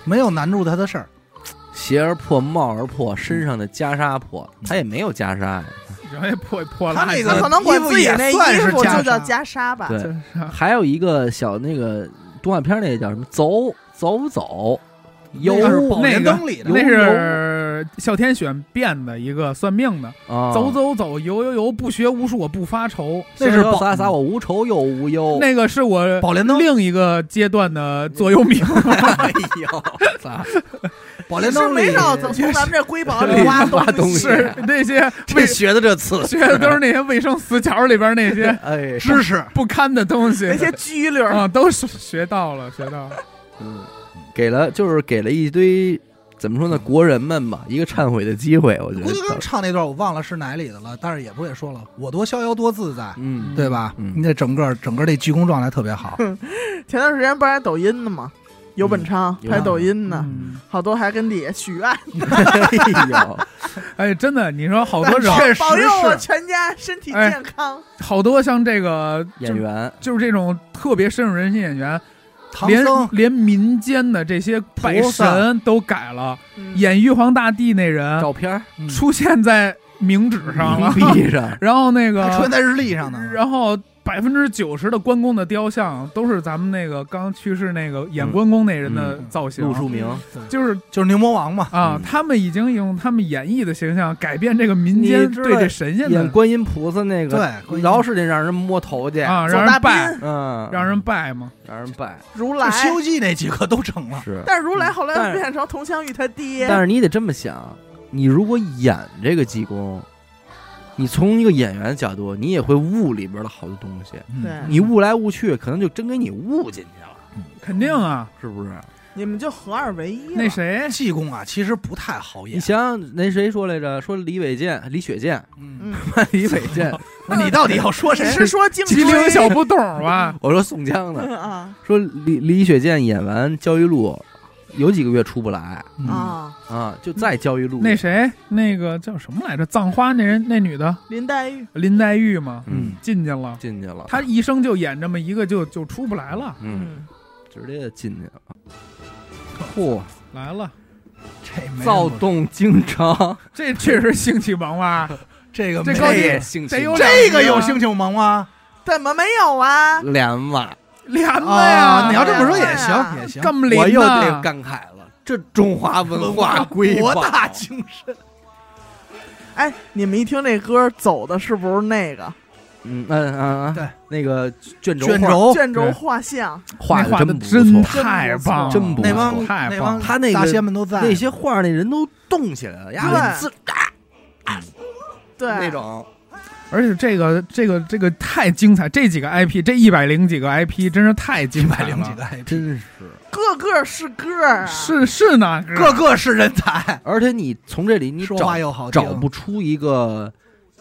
没有难住他的事儿。鞋儿破，帽儿破，身上的袈裟破，嗯他也没有袈裟啊呀。然后也破破他垃那圾，个可能管自己那衣服也算衣是服就袈裟叫袈裟吧，对真是还有一个小那个动画片，那叫什么？走走走，游那是宝莲那个灯里的，那是哮天选变的一个算命的，啊，走走走，游游游，不学无术，我不发愁。那是潇潇宝洒洒，我无愁又无忧。 那个是我宝莲灯，另一个阶段的座右铭，哎呦，操！宝其莲实灯没里少从咱们这瑰宝里里挖挖东东西西，是那些卫这学的这次，学的都是那些卫生 死角里边那些哎，知识，不堪的东西，那些拘溜儿，啊，都是学到了，学到了。嗯，给了就是给了一堆怎么说呢，国人们吧一个忏悔的机会，我觉郭德纲得。唱那段我忘了是哪里的了，但是也不也说了，我多逍遥多自在，嗯，对吧？嗯你这整个整个这济公状态特别好，前段时间不是还抖音呢吗？有本昌有拍本抖音呢，嗯，好多还跟底下许愿，哎呦，哎，真的，你说好多种，确实保佑我是。全家身体哎健康。好多像这个演，员就就是这种特别深入人心演员，唐连僧连民间的这些拜菩萨神都改了，嗯演玉皇大帝那人照片儿嗯出现在冥纸上了，屏蔽上，然后那还出个，现在日历上呢，然后。百分之九十的关公的雕像都是咱们那个刚去世那个演关公那人的嗯造型，陆树铭，就是就是牛魔王嘛，啊嗯，他们已经用他们演绎的形象改变这个民间你知道对这神仙演的观音菩萨那个，对，老是得让人摸头去，啊，走让大人拜，宾嗯，让人拜嘛。让人拜如就来《西游记》那几个都成了，是。但是如来后但是来变成佟湘玉他爹，但是你得这么想，你如果演这个济公，你从一个演员的角度，你也会悟里边的好多东西，嗯对你悟来悟去，可能就真给你悟进去了，肯定啊，是不是？你们就合二为嗯一了。那谁，济公啊，其实不太好你演。想想那谁说来着？说李伟健、李雪健、 嗯，嗯，李伟健，你到底要说你谁？ 是说京麒椎麟小不懂吧？我说宋江呢， 啊说李李雪健演完《焦裕禄》，有几个月出不来嗯，啊？啊，就在《焦裕禄》那谁，那个叫什么来着？葬花那人，那女的林黛玉林黛玉嘛，嗯进去了。进去了，她一生就演这么一个，就就出不来了，嗯嗯，直接进去了，嚯，来了。这没躁动京城，这确实兴起王八，这个这没高有兴兴得有两这个啊有星球萌吗？怎么没有啊？ 连嘛，帘子啊，呀，你要这么说也啊行，也行。么我林又得呐，感慨了，这中华文 化瑰宝博大精深，哎，你们一听这歌走的是不是那个嗯嗯嗯，嗯对，那个卷轴卷画轴卷轴对画像？画那画的的不错真太棒了，真不错那帮太那棒帮了他那个大仙们都在那些画儿那人都动起来了，呀，对自对，那种而且这个这个这个太精彩，这几个 IP，这一百零几个 IP 真是太精彩百了，零几个 IP，真是。个个是个儿啊，是是呢，哥个个是人才，而且你从这里你 说找话又好听找不出一个，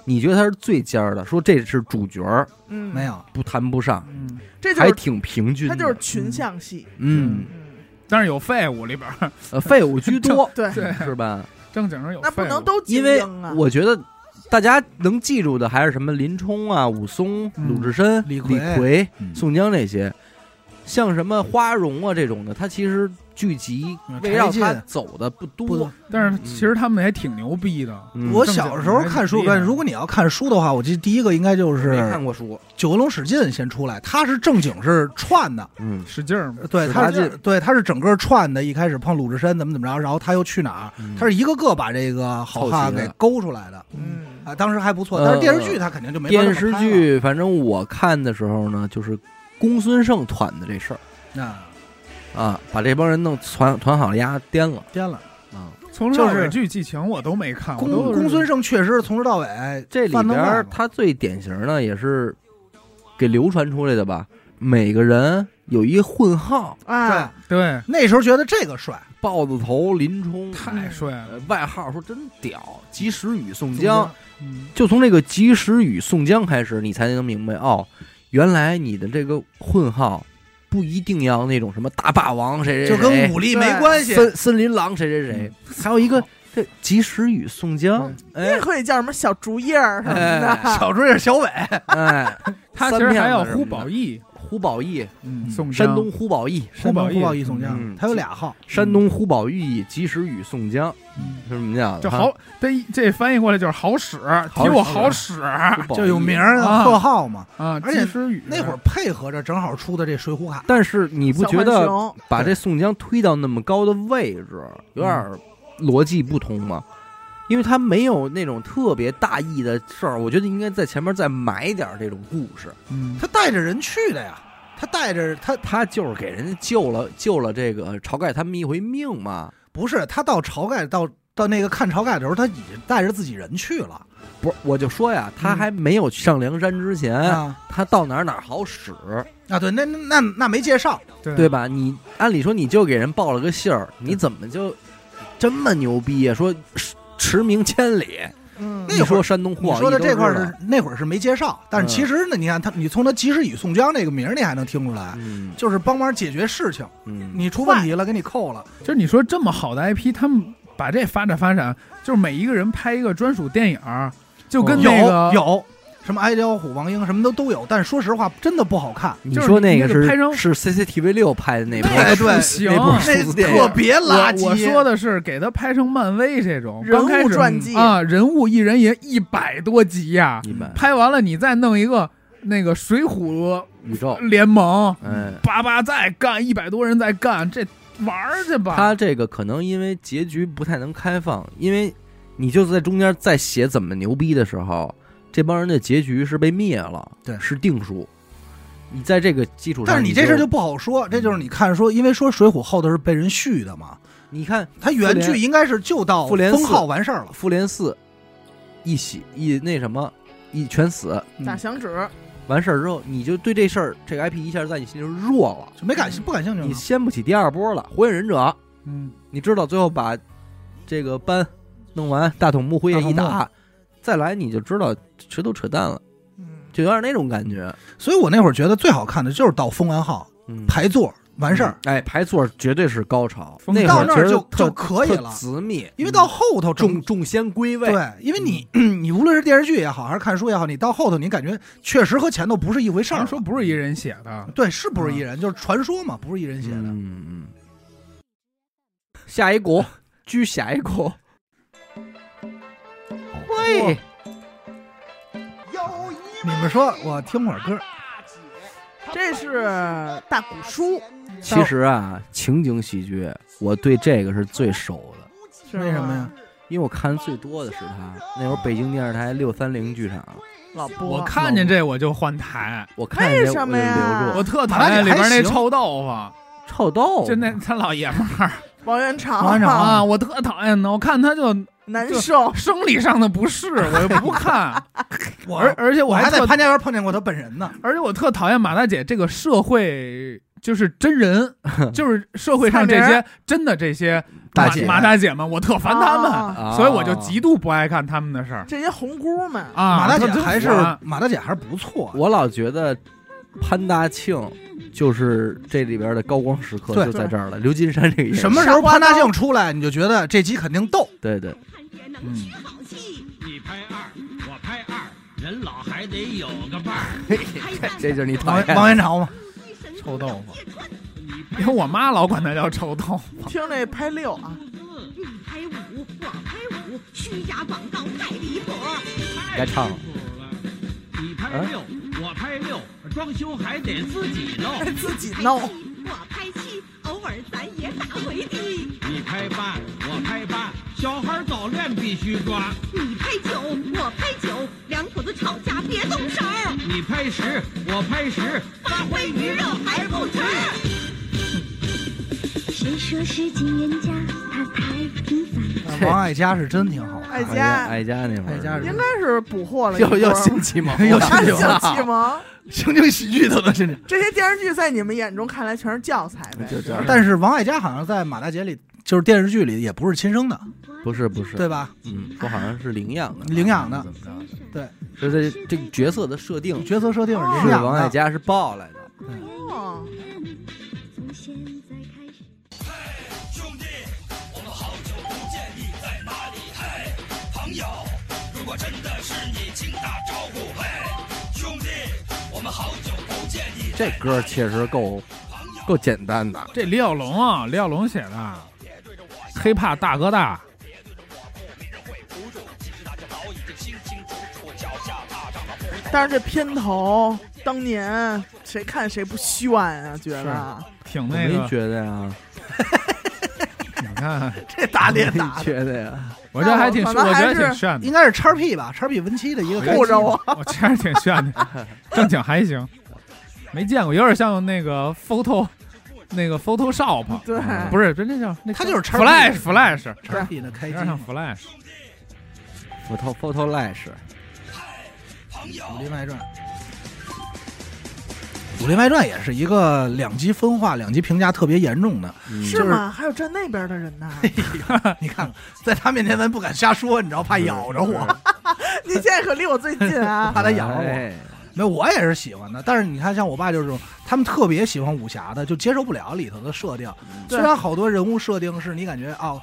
你觉得他是最尖儿的，说这是主角儿，嗯，没，有不谈不上，嗯，这就还是挺平均它的。就是群像戏，嗯，嗯，，但是有废物里边儿 呃，废物居多 对，对是吧？正经上有废那物，不能都因精为英啊，我觉得大家能记住的还是什么林冲啊、武松、嗯鲁智深、李李逵逵、嗯宋江这些，像什么花荣啊这种的，他其实剧集嗯围绕柴进他走的不不多。但是其实他们也挺牛逼的，嗯我小时候看书，正经还是如果你要看书的话，我记得第一个应该就没是看过书，九龙史进先出来，他是正经是串的，嗯，使劲儿嘛。对，史他达是进对他是整个串的，一开始碰鲁智深怎么怎么着，然后他又去哪儿，嗯他是一个个把这个好汉凑齐给了勾出来的嗯，啊，当时还不错，呃但是电视剧他肯定就没法这电么视拍了剧，反正我看的时候呢，就是公孙胜团的这事儿啊，啊，把这帮人弄团团好了，丫颠了颠了。啊。从头到尾剧剧情我都没看，我公都是公孙胜确实从头到尾这里饭都边忘儿了他最典型的也是给流传出来的吧，每个人有一混号，对啊，对那时候觉得这个帅，豹子头林冲，太帅了，呃外号说真屌，及时雨宋江，嗯，就从这个及时雨宋江开始，你才能明白哦，原来你的这个混号不一定要那种什么大霸王谁谁就谁，跟武力没对关系。森森林狼谁谁谁，还有一个这及时雨宋江，哎也可以叫什么小竹叶儿什么的，小猪也是小伟，哎，他其实还有胡宝义，胡宝义，嗯，宋江山东胡宝义，山东胡胡宝宝义义宋江，嗯他有俩号，山东胡宝义及时雨宋江嗯是什么叫的？就好，这这翻译过来就是好使，啊使给我好使哈啊！胡宝义就有名儿啊贺号嘛。而且及时雨那会儿配合着正好出的这《水浒卡》，但是你不觉小浣得熊把这宋江推到那么高的位置，有点逻辑不通吗？因为他没有那种特别大意的事儿，我觉得应该在前面再埋点儿这种故事。嗯，他带着人去的呀，他带着他他就是给人家救了救了这个晁盖他们一回命嘛。不是他到晁盖到到那个看晁盖的时候，他已经带着自己人去了不是，我就说呀，他嗯还没有上梁山之前，啊他到哪儿哪儿好使，啊！对，那那那那没介绍，对对，吧？你按理说你就给人报了个信儿，你怎么就这么牛逼呀、说驰驰名千里，嗯那一会儿说山东户你宝义说的这块儿都知道是，那会儿是没介绍，但是其实呢，你看他，你从他及时雨宋江这个名儿，你还能听出来，嗯就是帮忙解决事情，嗯，你出问题了给你扣了，就是你说这么好的 IP，他们把这发展发展，就是每一个人拍一个专属电影儿，就跟那哦有个有什么矮脚虎王英什么都都有，但是说实话真的不好看，你就是说那个你得是拍成是 CCTV 六拍的那部，哎那对不行。那不我是数那字电影特别垃圾。我说的是给他拍成漫威这种人刚开物始传记啊，人物一人也一百多集呀、一般拍完了你再弄一个那个水浒宇宙，联盟，嗯、叭叭再干一百多人再干，这玩儿去吧。哎他这个可能因为结局不太能开放，因为你就在中间在写怎么牛逼的时候，这帮人的结局是被灭了，对是定数。你在这个基础上，但是你你这事儿就就不好说，这就是你看说，因为说《水浒》后头是被人续的嘛，你看它原剧应该是就到复联四封号完事儿了，复联四，一喜一那什么一全死，打响指，完事儿之后，你就对这事儿这个 IP 一下在你心里就弱了，就没感不感兴趣嗯你了。掀不起第二波了。火影忍者，嗯，你知道最后把这个班弄完，大筒木辉夜一大筒打，再来你就知道谁都扯淡了，嗯，就有点那种感觉。所以我那会儿觉得最好看的就是到封完号嗯排座完事儿，嗯哎，排座绝对是高潮，疯狂会到儿那儿觉就得特就可以特了，紫密，因为到后头整众众仙归位，对，因为你嗯 你无论是电视剧也好，还是看书也好，你到后头你感觉确实和前头不是一回事上儿。说不是一人写的，对，是不是一人？就是传说嘛，不是一人写的。嗯嗯。下一股， 居下一股，会你们说，我听会儿歌，这是大古书，其实啊，情景喜剧我对这个是最熟的，是为什么呀吗？？因为我看最多的是他。那会儿北京电视台六三零剧场，老播，我看见这我就换台，我看见哎为这什我就么呀留我住。特讨厌里边那臭豆哦腐，臭豆腐，就那他老爷们儿王元长，王元长 啊，我特讨厌的，我看他就难受， 生理上的不适，我就不看。我而而且我我还在特潘家园碰见过他本人呢。而且我特讨厌马大姐这个社会，就是真人， 就是社会上这菜名些真的这些大马姐马大姐们，我特烦她们，啊啊所以我就极度不爱看她们的事儿这些红姑们，啊。马大姐特真还是烦马大姐还是不错，啊我老觉得潘大庆就是这里边的高光时刻对就在这儿了，刘金山这个演什么时候潘大庆出来，你就觉得这集肯定逗。对对，嗯，你拍二，我拍二，人老还得有个伴儿。这就是你讨王厌哎王元朝嘛，臭豆腐，因为我妈老管它叫臭豆腐。听这拍六啊，你拍五，我拍五，虚假广告太离谱。该唱了。你拍六，我拍六，装修还得自己弄。哎自己弄，我拍七，偶尔咱也打回的。你拍八，我拍八，小孩早恋必须抓。你拍九，我拍九，两口子吵架别动手。你拍十，我拍十，发挥余热还不迟。谁说是金人家，他太平凡。王爱佳是真挺好看。爱爱家家爱家那会儿，爱哎家是应该是捕获了一又波又新启蒙，又大新兴启蒙启蒙。情景喜剧都能进 去。啊这些电视剧在你们眼中看来全是教材呗？就这样。但是王爱佳好像在马大姐里，就是电视剧里也不是亲生的，不是不是，对吧？嗯，说好像是领养的，领养的怎么着的？对，就这这个角色的设定角色设定是哦是领养王爱的。佳是抱来的。哦，从现在开始。这歌确实够够简单的，这李小龙啊，李小龙写的，黑怕大哥大。但是这片头当年谁看谁不炫啊？觉得挺我那没个，觉得呀，你看，这 打脸没打的，觉得 呀，我觉得还挺，那我我可能觉得还是挺炫的，应该是叉 P 吧，叉 P 文七的一个护着我， 我觉得挺炫的，正经还行，没见过，有点像那个 photo，那个 Photoshop，对，不是，真那叫那他就是叉 Flash Flash，叉 P 的开有点机像 Flash， photo photo lash， 《武林外传》。《武林外传》也是一个两极分化、两极评价特别严 重的。嗯是吗？还有站那边的人呢？你看看，在他面前咱不敢瞎说，你知道，怕咬着我，你现在可离我最近啊！怕他咬着我。哎没有，我也是喜欢的。但是你看，像我爸就是这种，他们特别喜欢武侠的，就接受不了里头的设定。嗯虽然好多人物设定是你感觉哦，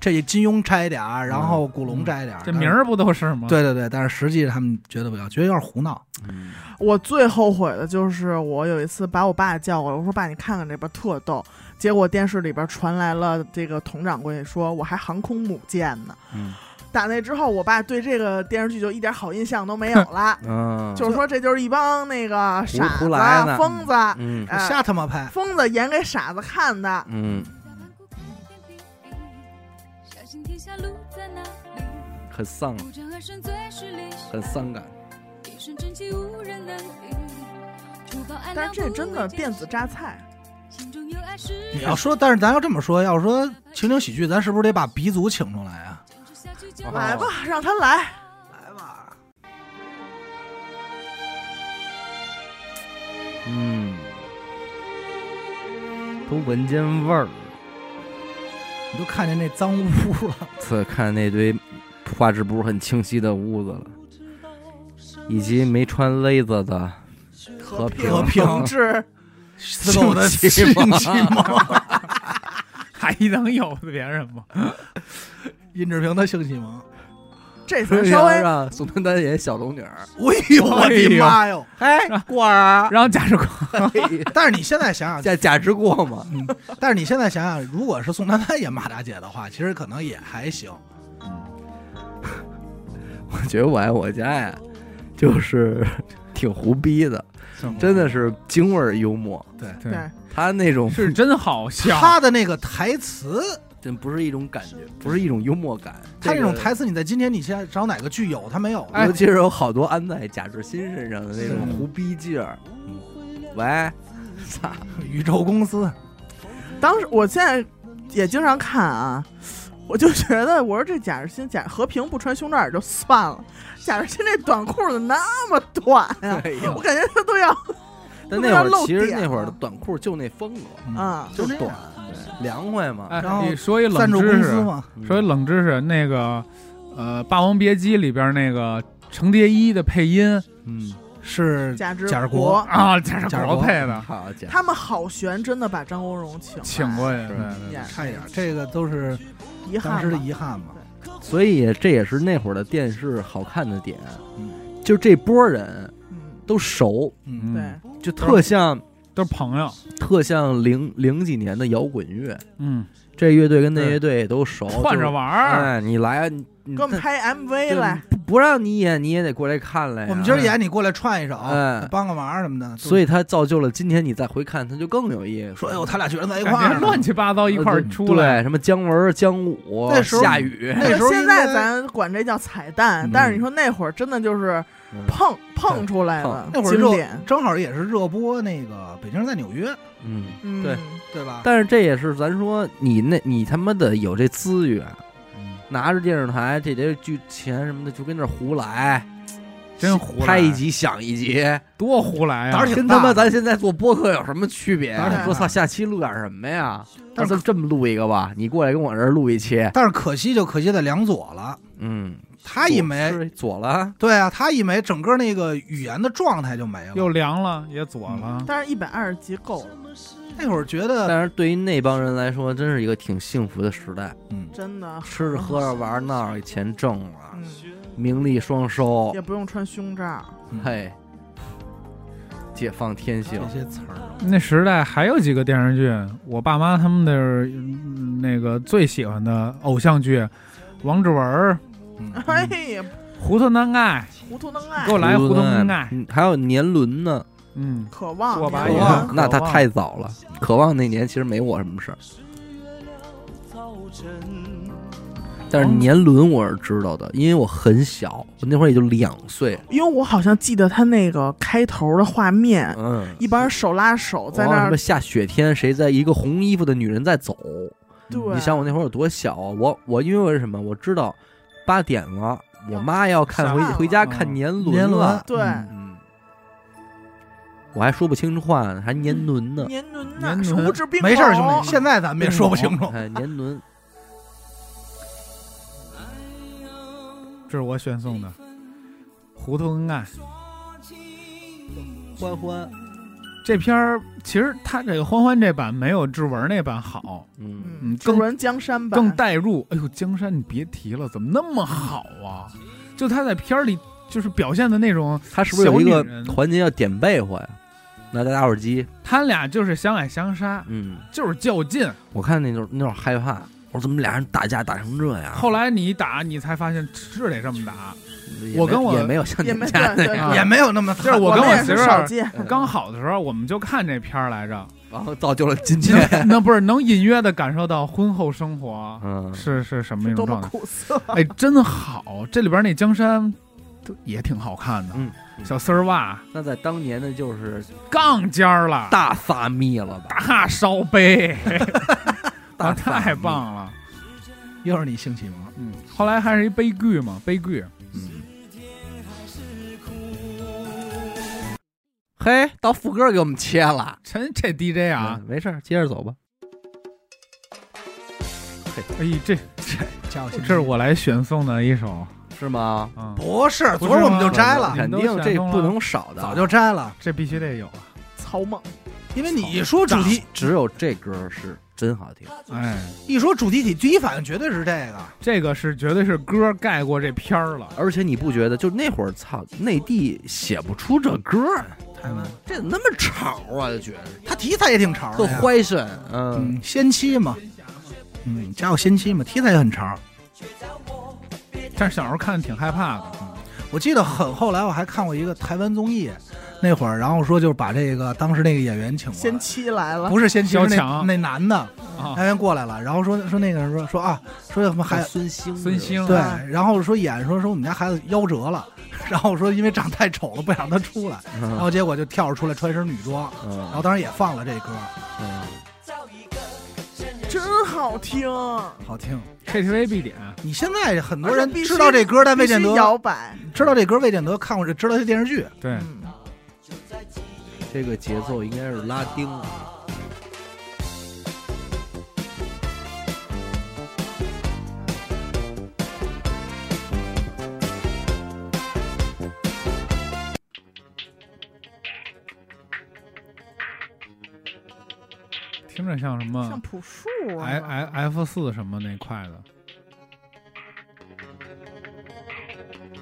这金庸摘点儿，然后古龙摘点儿，嗯这但是名儿不都是吗？，对对对，但是实际他们觉得不了，觉得有点胡闹。嗯我最后悔的就是我有一次把我爸叫过来，我说爸，你看看这边特逗。结果电视里边传来了这个佟掌柜说我还航空母舰呢。嗯，打那之后，我爸对这个电视剧就一点好印象都没有了 嗯，就是说这就是一帮那个傻胡子来呢、疯子，嗯啊哎瞎他妈拍，疯子演给傻子看的。嗯，小心天下路在哪里？很丧，不战而胜最是历史。嗯很丧感。一身正气无人能敌。除暴安良但是这真的电子榨菜，心中有爱是你要说，但是咱要这么说，要说情景喜剧，咱是不是得把鼻祖请出来啊？坚持下去就哦来吧，让他来。来吧，嗯，都闻见味儿。你都看见那脏污了，次看那堆画质不是很清晰的屋子了，以及没穿勒子 的和平和平同志，四狗的性启性蒙启蒙，还能有别人吗？尹志平的性启蒙。这所咱以稍要微让 宋丹丹演小龙女儿，哎呦我的妈哟！哎，过儿，然后贾志光， 哎但是你现在想想，价价值过吗？但是你现在想想，如果是宋丹丹演马大姐的话，其实可能也还行。我觉得我爱我家呀，就是 挺胡逼的，真的是京味儿幽默。对，嗯他那种是真好笑，她的那个台词，真不是一种感觉，不是一种幽默感。她那种这个哎台词，你在今天你现在找哪个剧有，她没有。尤其是有好多安在贾志新身上的那种胡逼劲儿。嗯喂，操，宇宙公司当时我现在也经常看啊，我就觉得，我说这贾日新贾和平不穿胸罩也就算了，贾日新这短裤怎么那么短呀、 哎呦我感觉他都要但那会露儿其实点那会儿的了短裤就那风格，啊、就就这短样，对凉快嘛。哎然，后你说一冷赞助知公司识，嘛，嗯说一冷知识，那个呃，《霸王别姬》里边那个程蝶衣的配音嗯，是贾之贾志国国啊，这是贾国国配的，好家伙，他们好悬，真的把张国荣请请来过去，是对对对演差一点，这个都是遗憾当时的吧遗憾嘛。嗯所以这也是那会儿的电视好看的点嗯，就这波人嗯，都熟，嗯，对，嗯，就特像都是朋友，特像零零几年的摇滚乐，嗯，这乐队跟那对乐队也都熟，换着哦就。玩儿，哎，你来，你你给我们拍 MV 来，不不让你演，你也得过来看来呀。我们今儿演你过来串一首哎，帮个忙什么的。所以他造就了今天你再回看，他就更有意思。呃说，哎呦，他俩居然在一块感觉儿呢，乱七八糟一块儿出来，对，什么姜文、姜武，那时候夏雨，那时候现应该在咱管这叫彩蛋，嗯但是你说那会儿真的就是嗯碰碰出来的那会儿经热典，正好也是热播那个《北京人在纽约》，嗯。嗯，对对吧？但是这也是咱说你那，你他妈的有这资源，嗯拿着电视台这些剧钱什么的，就跟那儿胡来，真胡来拍一集想一集，哎多胡来呀胆！儿挺跟大他妈的咱现在做播客有什么区别当啊？然说操，下期录点什么呀？那但是咱这么录一个吧，你过来跟我这儿录一期，但是可惜就可惜在梁左了，嗯，他一没是左了，对啊，他一没整个那个语言的状态就没了。又凉了，也左嗯了，但是一百二十集够了，那会儿觉得，但是对于那帮人来说，真是一个挺幸福的时代，嗯，真的，吃着喝着玩儿闹着，钱挣了，嗯，名利双哎收也，不用穿胸罩，嗯嘿，解放天性这，些词儿，那时代还有几个电视剧，我爸妈他们的嗯那个最喜欢的偶像剧，王志文儿、嗯， 哎呀，糊涂难爱，糊涂能爱给，我来糊涂难爱，嗯还有年轮呢，嗯，渴哎望，做白渴眼望那他太早了。渴望那年其实没我什么事儿，但是年轮我是知道的，因为我很小，我那会儿也就两岁。因为我好像记得他那个开头的画面，嗯，哦一帮人手拉手在我忘了那什儿么，下雪天，谁在一个红衣服的女人在走？对，你想我那会儿有多小啊？我我因为我是什么？我知道八点了，我妈要看回下了回家看年年轮轮了。对嗯嗯，我还说不清楚话呢，还年轮呢。年轮呐年，轮手不治病 没 事儿，兄狗弟，现在咱们也说不清 楚。哎，年轮这是我选送的。糊涂恩爱欢欢，这片儿，其实他这个欢欢这版没有志文那版好，嗯，嗯，嗯主更人江山吧，更带入。哎呦，江山你别提了，怎么那么好啊？就他在片儿里就是表现的那种，他是不是有一小个女人环节要点被窝呀？拿打打火机，他俩就是相爱相杀，嗯，就是较劲。我看那种那种害怕，我说怎么俩人打架打成这样？后来你一打，你才发现是得这么打。也我没跟我也没有像你也没们家那对样，啊也没有那么，就是我跟们我也媳是妇少儿见，刚好的时候，我们就看这片儿来着，然后造就了今天。能那不是能隐约的感受到婚后生活嗯，是是什么一多么种状态？苦涩， 哎，真的好，这里边那江山都也挺好看的，嗯嗯小丝儿袜那在当年呢，就是杠尖儿了，大撒蜜了吧？大烧杯，啊大撒蜜太！棒了。又是你性启蒙，嗯，后来还是一悲剧嘛，悲剧。嗯嘿，到副歌给我们切了真这 DJ 啊嗯，没事儿，接着走吧。哎，这加我这性启蒙是我来选送的一首，是吗？嗯，不是？不是昨儿我们就吗摘了，肯定这不能少的，啊早就摘了，这必须得有啊。草蜢，因为你一说主题，只有这歌是真好听。哎，一说主题曲，第一反应绝对是这个。这个是绝对是歌盖过这片儿了。而且你不觉得，就那会儿，操，内地写不出这歌儿，台湾，这怎么那么吵啊？就觉得他题材也挺潮特的呀，欢神，嗯，嗯，先期嘛，嗯，家有先期嘛，题材也很潮。但是小时候看挺害怕的，我记得很后来我还看过一个台湾综艺，那会儿然后说就是把这个当时那个演员请过先来，期来了，不是先期萧是那蔷那男的啊演员过来了，然后说说那个人说说啊说什么还孩有孙兴，孙兴对啊，然后说演说说我们家孩子夭折了， 然后说因为长太丑了不想让他出来，然嗯，后结果就跳着出来穿身女装，然后嗯当时也放了这歌，嗯真好听，好听。 KTV 必点，你现在很多而且人必须知道这歌，但必魏须建德摇摆。知道这歌，魏建德看过这，知道这电视剧。对，嗯，这个节奏应该是拉丁了。听着像什嗯像么朴树 F 啊， F F 四什么那块的，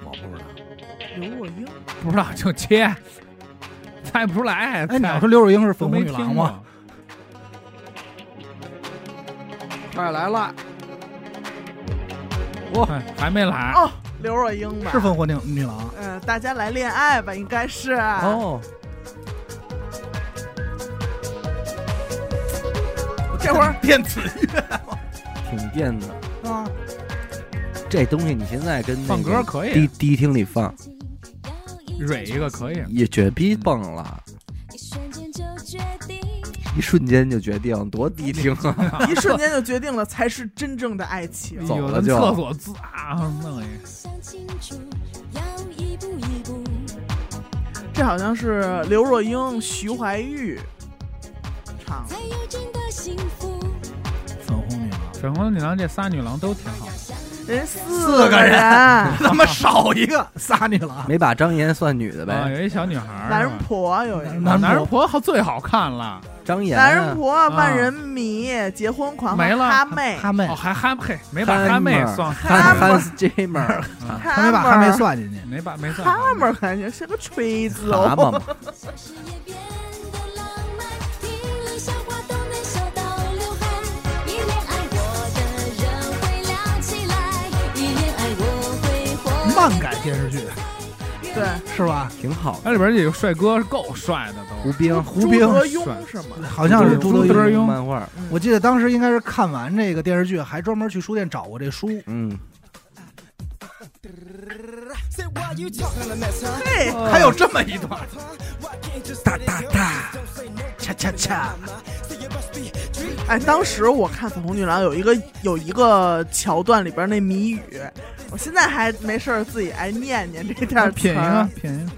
我不知道。刘若英，不知道就切， 猜不出来。哎，你要猜说刘若英是都粉没红女郎听吗？过，快来了，哎还没来。哦，刘若英吧是，粉红女女郎。嗯，大家来恋爱吧，应该是。哦，哦，这会儿电子挺电的。啊，这东西你现在跟那放个歌可低以，低厅里放，蕊一个可以。也绝逼蹦了，一瞬间就决定，一瞬间就决定多低厅啊！一瞬间就决定了，才是真正的爱 情。走有了的就厕所滋啊弄一个，想清楚，要一步一步。这好像是刘若英、徐怀钰唱的。才有真的幸福。粉红女郎，粉红女郎这仨女郎都挺好。人四四个人人他妈少一个仨女郎。没把张岩算女的啊，呗？有一小女孩 儿，男是人吧啊婆有一个。男人婆男人婆好最好看了，张岩男啊人婆、万人迷、结婚狂没了和哈妹、哈妹哦，，还憨嘿，没把憨憨妹妹儿算，汉哈汉斯 Jimmer 他没把哈哈妹妹算进去。没把没算好。哈妹感觉像个吹子蛤蟆哦，嘛，小事也变得浪漫，听你笑话都能笑到流汗。一恋爱我的人会亮起来，一恋爱我会活。漫改电视剧对，是吧？挺好。它里边儿有帅哥，够帅的胡都。兵，胡兵朱德庸算是吗？好像是朱朱德德庸。庸漫画，我记得当时应该是看完这个电视剧，还专门去书店找过这书。嗯，嘿，还有这么一段，哒哒哒，恰恰恰，哎，当时我看《粉红女郎》有一个有一个桥段里边那谜语，我现在还没事儿自己爱念念这点儿词品一个儿，，品一个，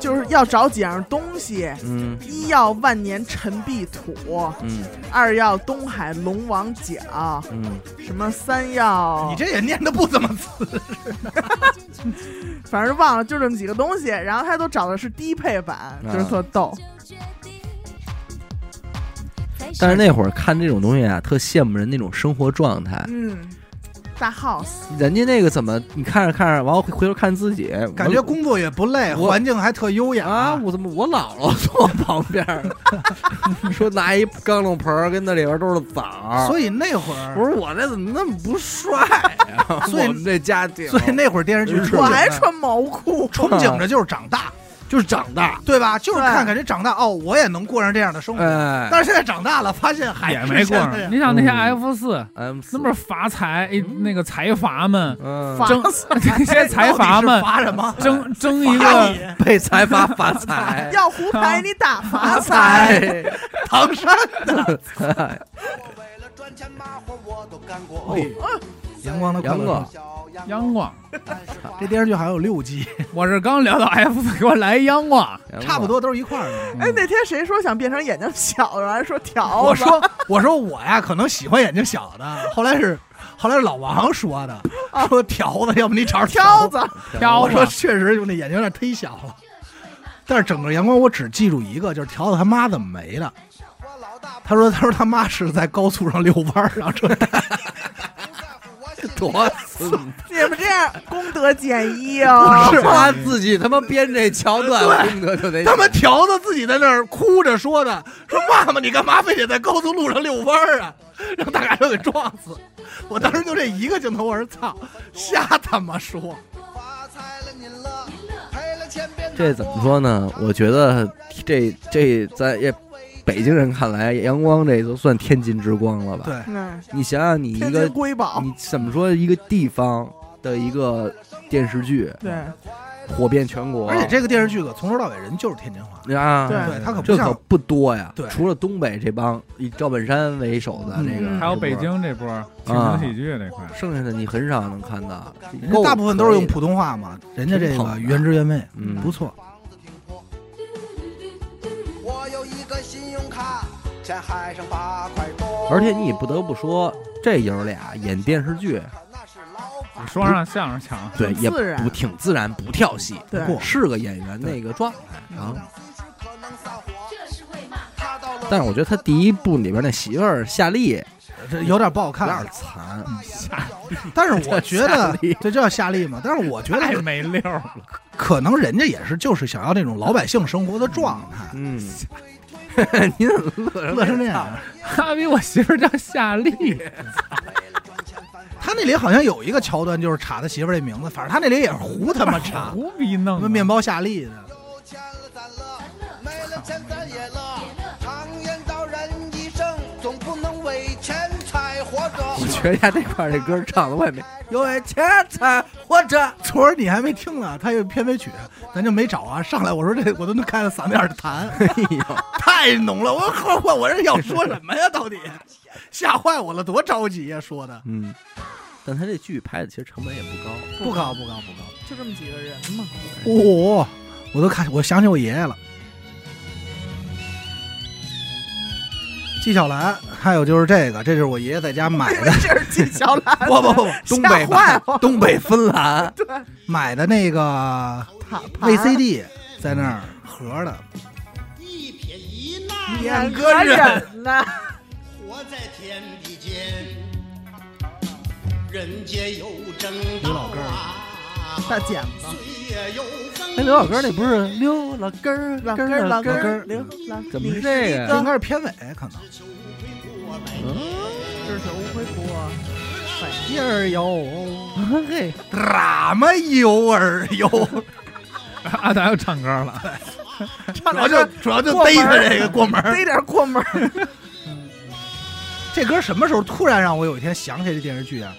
就是要找几样东西，嗯一要万年陈碧土，嗯二要东海龙王角，嗯，什么三要，你这也念的不怎么自反正忘了，就这么几个东西。然后他都找的是低配啊版，就是特哦逗。但是那会儿看这种东西啊，特羡慕人那种生活状态。嗯，大 house 人家那个怎么，你看着看着，完后回回头看自己，感觉工作也不累，我环境还特优雅啊，。我怎么我姥姥 坐旁边儿， 说拿一钢笼盆儿跟那里边都是枣儿，所以那会不儿，是我这怎么那么不帅呀、 所以我们这家庭，所以那会儿电视剧我憧还憬穿毛裤，憧憬着就是长大，就是长大，对吧？就是对看看这长大哦，我也能过上这样的生活。哎，但是现在长大了，发现还也是没过现上在。你想那些嗯 F 四，嗯，那么罚财，哎那个财阀们，嗯，发争 那些财阀到底们是罚什么？争争一罚个你哎被财阀发哎财，要胡啊牌你打发财。哎，唐山为了赚钱嘛活我都干过。阳光的 快乐杨哥小央广。这电视剧好像有六集，我是刚聊到 F 四，给我来一央广。差不多都是一块儿的。哎，嗯那天谁说想变成眼睛小的，还说调我吧说我说我呀，可能喜欢眼睛小的。后来是后来是老王说的，说条子，要不你找着挑子，挑我子说确实，就那眼睛有点忒小了。但是整个阳光，我只记住一个，就是条子他妈怎么没的。他说：“他说他妈是在高速上遛弯儿，然后这 多损，你们这样功德减 一哦。是他自己他妈编这桥段，功德就得他妈条子自己在那儿哭着说的，说妈妈你干嘛非得在高速路上遛弯儿啊？让大卡车给撞死。我当时就这一个镜头，我说操，瞎他妈说。发财了您了，赔了钱别这怎么说呢？我觉得这这在也北京人看来，阳光这都算天津之光了吧？对，嗯，你想想，你一天个嗯津瑰宝，你怎么说一个地方的一个电视剧，对，火遍全国。而且这个电视剧可从头到尾人就是天津话，啊，对对他可不这可像不多呀。对除了东北这帮以赵本山为首的这个，嗯还有北，京这波情景喜剧这块，剩下的你很少能看到，人家大部分都是用普通话嘛，人家这挺捧个的原汁原味，嗯不错。房子挺破。我有一个信用卡，钱还剩八块多。而且你不得不说，这爷儿俩演电视剧，那是老板说上 相声强，对，也自然不挺自然，不跳戏，对不过是个演员那个状态啊。但是我觉得他第一部里边那媳妇儿夏丽这有点不好嗯有看，点惨，但是我觉得夏利这叫夏利嘛，但是我觉哎太得没溜儿了。可能人家也是就是想要那种老百姓生活的状态，嗯， 哎您乐成那样。哈比我媳妇儿叫夏丽， 他那里好像有一个桥段，就是查他媳妇儿这名字，反正他那里也是胡他 妈查，胡逼弄的什么啊面包夏利的，有钱了咱乐，没了钱咱也乐。常言道，人一生总不能为钱财活着。我觉得他这块儿这歌唱的我也没有为钱财活着， 昨儿你还没听呢，他有片尾曲，咱就没找啊。上来我说这我都能开了嗓子眼儿弹，哎呦， 太浓了。我说后换我这要说什么呀？到底 吓坏我了，多着急呀、说的嗯，但他这剧拍的其实成本也不高，不高不高不高。就这么几个人嘛。哦，我都看，我想起我爷爷了。纪晓岚，还有就是这个，这是我爷爷在家买 的。这是纪晓岚不不不不，东北哎吓坏版了东北芬兰，买的那个塔塔 VCD 在那儿盒的，一撇一捺，两个人呐，活在天地间。人间有正刘道老根儿啊，大剪子，岁月有风。哎，刘老根儿那不是溜了根儿，老根儿儿，老根根儿，儿，刘老根儿，怎么是这个呀应该是片尾可能。这是乌龟锅，叶儿 油，嘿，什么油儿 油？阿达啊又唱歌了，唱主两 要句就主要就逮他这个过门儿。逮点过门儿，这歌什么时候突然让我有一天想起这电视剧啊？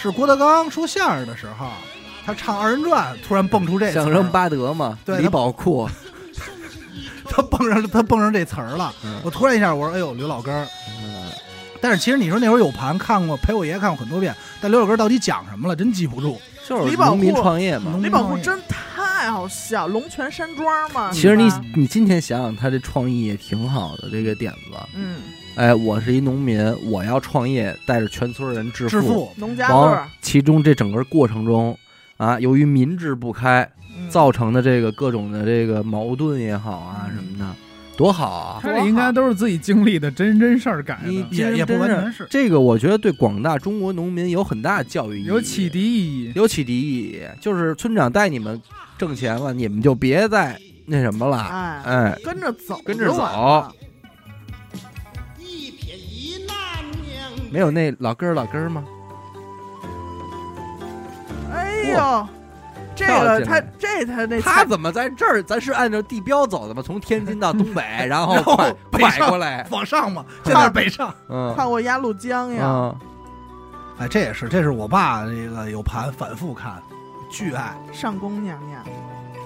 是郭德纲说相声的时候，他唱二人转，突然蹦出 这词儿相声巴德嘛，对李宝库，他蹦上他蹦上这词儿了嗯。我突然一下我说哎呦刘老根儿，嗯但是其实你说那会儿有盘看过，陪我爷爷看过很多遍，但刘老根儿到底讲什么了，真记不住。就是李宝库农民创业嘛。农李宝库真太好笑，龙泉山庄嘛。其实你是吧你今天想想，他这创意也挺好的，这个点子。嗯，哎，我是一农民，我要创业，带着全村人致致富。富，农家乐往儿，其中这整个过程中啊，由于民智不开嗯造成的这个各种的这个矛盾也好啊什么的，多好啊！他这应该都是自己经历的真真事儿改你的，也真也不完真全是这个，我觉得对广大中国农民有很大的教育意义，有启迪意义。有启迪意义。就是村长带你们挣钱了，你们就别再那什么了，哎哎，跟着走，跟着走走，一撇一捺，娘没有那老根儿老根儿吗？哎呦，这跳个进他来这他那他菜怎么在这儿？咱是按照地标走的吗？从天津到东北，然后然后拐北拐上过来，往上嘛，现在是 北上。嗯跨过鸭绿江呀？啊，哎，这也是，这是我爸这个有盘反复看，巨爱。上宫娘娘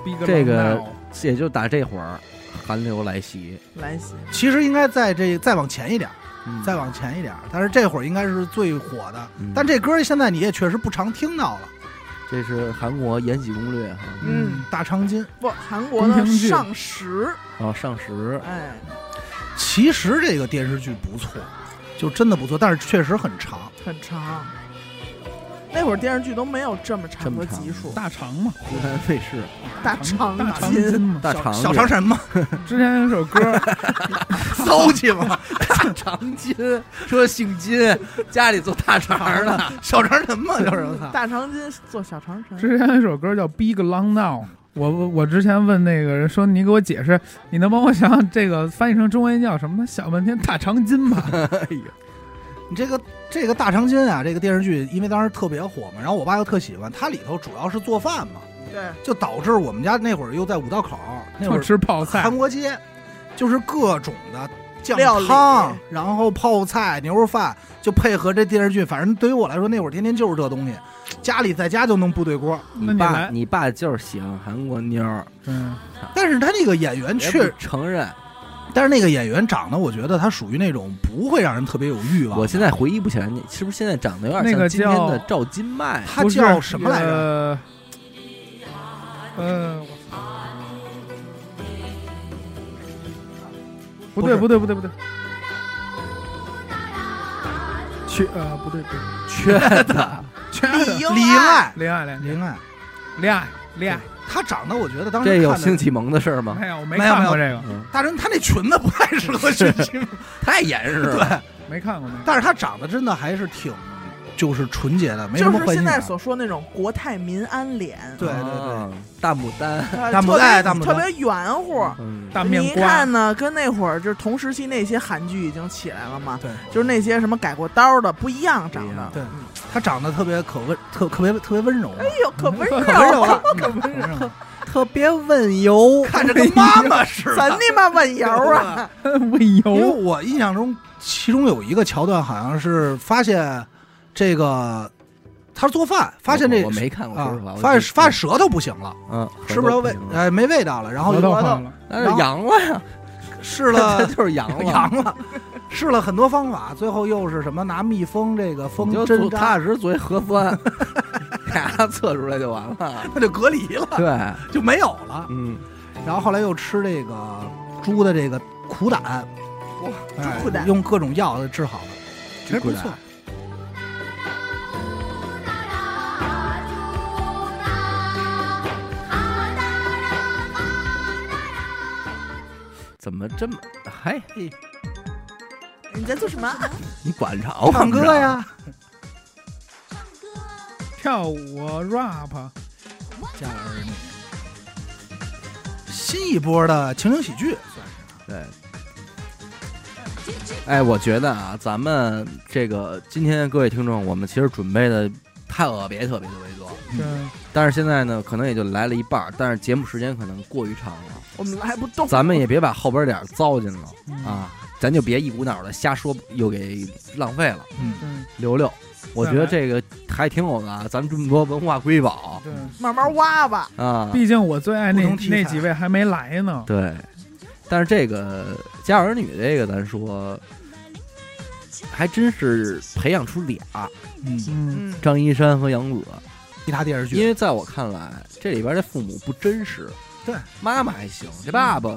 逼格这个老大哦也就打这会儿，寒流来袭，来袭，其实应该在这再往前一点儿，嗯再往前一点儿。但是这会儿应该是最火的，嗯但这歌现在你也确实不常听到了。这是韩国《延禧攻略》哈，嗯，大长今不，韩国的宫廷剧上石，然后哦上时，哎，其实这个电视剧不错，就真的不错，但是确实很长。很长。那会儿电视剧都没有这么长的这么长集数，大肠嘛，湖南卫视大长大肠今筋嘛。大小长小长 什么之前有首歌，骚气嘛，大长今，说姓金，家里做大肠的，小长什么就是 我操大长今做小长城，之前有首歌叫《Big Long Now》，我我我之前问那个人说，你给我解释，你能帮我想想这个翻译成中文叫什么？想半天大长今 吧，你这个这个大长今啊，这个电视剧因为当时特别火嘛，然后我爸又特喜欢，它里头主要是做饭嘛，对，就导致我们家那会儿又在五道口那会哦就儿吃泡菜韩。国街，就是各种的酱料理汤，然后泡菜、牛肉饭，就配合这电视剧。反正对于我来说，那会儿天天就是这东西。家里在家就弄部队锅，那你你爸来，你爸就是喜欢韩国妞儿，嗯，但是他那个演员也确不承认。但是那个演员长得，我觉得他属于那种不会让人特别有欲望。我现在回忆不起来，你是不是现在长得有点那像个今天的叫赵今麦？啊 他不是叫什么来着？呃，呃，我操不对不对不对不对，缺呃不对不对，缺 的，缺的李英爱，恋爱恋李英爱，恋爱恋爱，他长得我觉得当时这有看的性启蒙的事儿吗？没有我没没有看没有过这个， 大真，他那裙子不太适合去太严实了。对，没看过那个。但是他长得真的还是挺就是纯洁的，没什就么是坏现心在眼。所说那种国泰民安脸，对对对，啊，大牡丹，呃大牡特别丹大牡丹特别圆乎。嗯，大你一面瓜看，呢，跟那会儿就是同时期那些韩剧已经起来了嘛，对，就是那些什么改过刀的不一样长不一得样，对他长得特别可温，特特别特别温柔啊嘛，哎呦可温柔，可温柔了，可温柔了，特别温柔， 看着跟妈妈 似咱的。你妈稳油啊！ 喂因为呦，我印象中，其中有一个桥段，好像是发现这个他做饭，发现这我我没看过，说实话，啊我，发现就发现，舌头不行了，嗯，吃不着味合作，了，呃，没味道了。然后舌就头换了，那是阳了呀， 试 他 了就是阳了，阳了，试了很多方法，最后又是什么拿蜜蜂这个蜂你就针做扎踏，实做一核酸， 给它测出来就完了。那就隔离了，对，就没有了。嗯，然后后来又吃这个猪的这个苦胆，哇，猪苦胆用各种药治好了，其实不错。怎么这么嗨？你在做什么？你管着啊我唱歌呀，跳舞 rap，家有儿女。新一波的情景喜剧算是对。哎，我觉得啊，咱们这个今天各位听众，我们其实准备的特别特别特别多，嗯，但是现在呢，可能也就来了一半儿，但是节目时间可能过于长了， 我们还不动，咱们也别把后边点儿糟践了嗯啊，咱就别一股脑的瞎说，又给浪费了。嗯，留留，我觉得再这个还挺有的啊，咱们这么多文化瑰宝对，慢慢挖吧。啊，毕竟我最爱那不同题材那几位还没来呢，对。但是这个《家有儿女》这个，咱说还真是培养出俩嗯，嗯，嗯，张一山和杨紫，其他电视因剧为在我看来，这里边这父母不真实。对，妈妈还行，这爸爸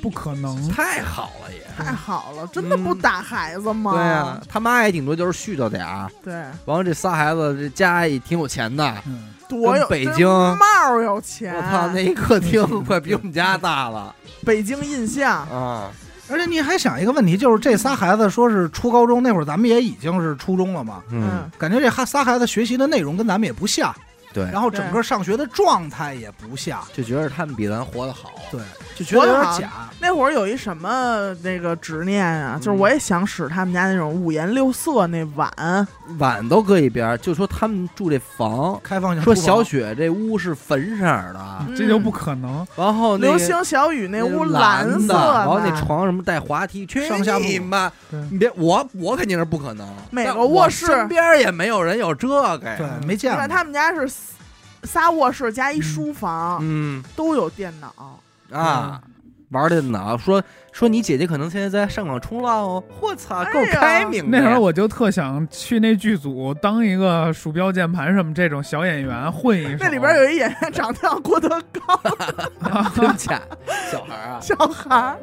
不可能，嗯太好了也。太好了，真的不打孩子吗？嗯对啊呀、他妈也顶多就是絮叨点儿。对，完了，这仨孩子这家也挺有钱的，嗯，多有跟北这京帽儿有钱，我操，那一客 厅快比我们家大了北京印象， 啊！而且你还想一个问题，就是这仨孩子说是初高中那会儿，咱们也已经是初中了嘛，嗯，感觉这哈仨孩子学习的内容跟咱们也不像，对然后整个上学的状态也不像，就觉得他们比咱活得好。对，就觉得有点活得假。那会儿有一什么那个执念啊，嗯就是我也想使他们家那种五颜六色那碗，哦碗都搁一边儿，就说他们住这房，开放性说厨嗯房嗯小雪这屋是粉色儿的，这就不可能，然后那流个星小雨那屋蓝蓝色然后那的床什么带滑梯，去上下铺你妈！对你别我我肯定是不可能，每个但我卧室身边儿也没有人有这个呀。对，没对见吧？过。他们家是四仨卧室加一书房，嗯都有电脑。啊。嗯玩电脑，说说你姐姐可能现在在上网冲浪哦，我操，够开明的那呀。会儿我就特想去那剧组当一个鼠标、键盘什么这种小演员混一手。那里边有一演员长得像郭德纲 真假小孩儿啊，小孩儿，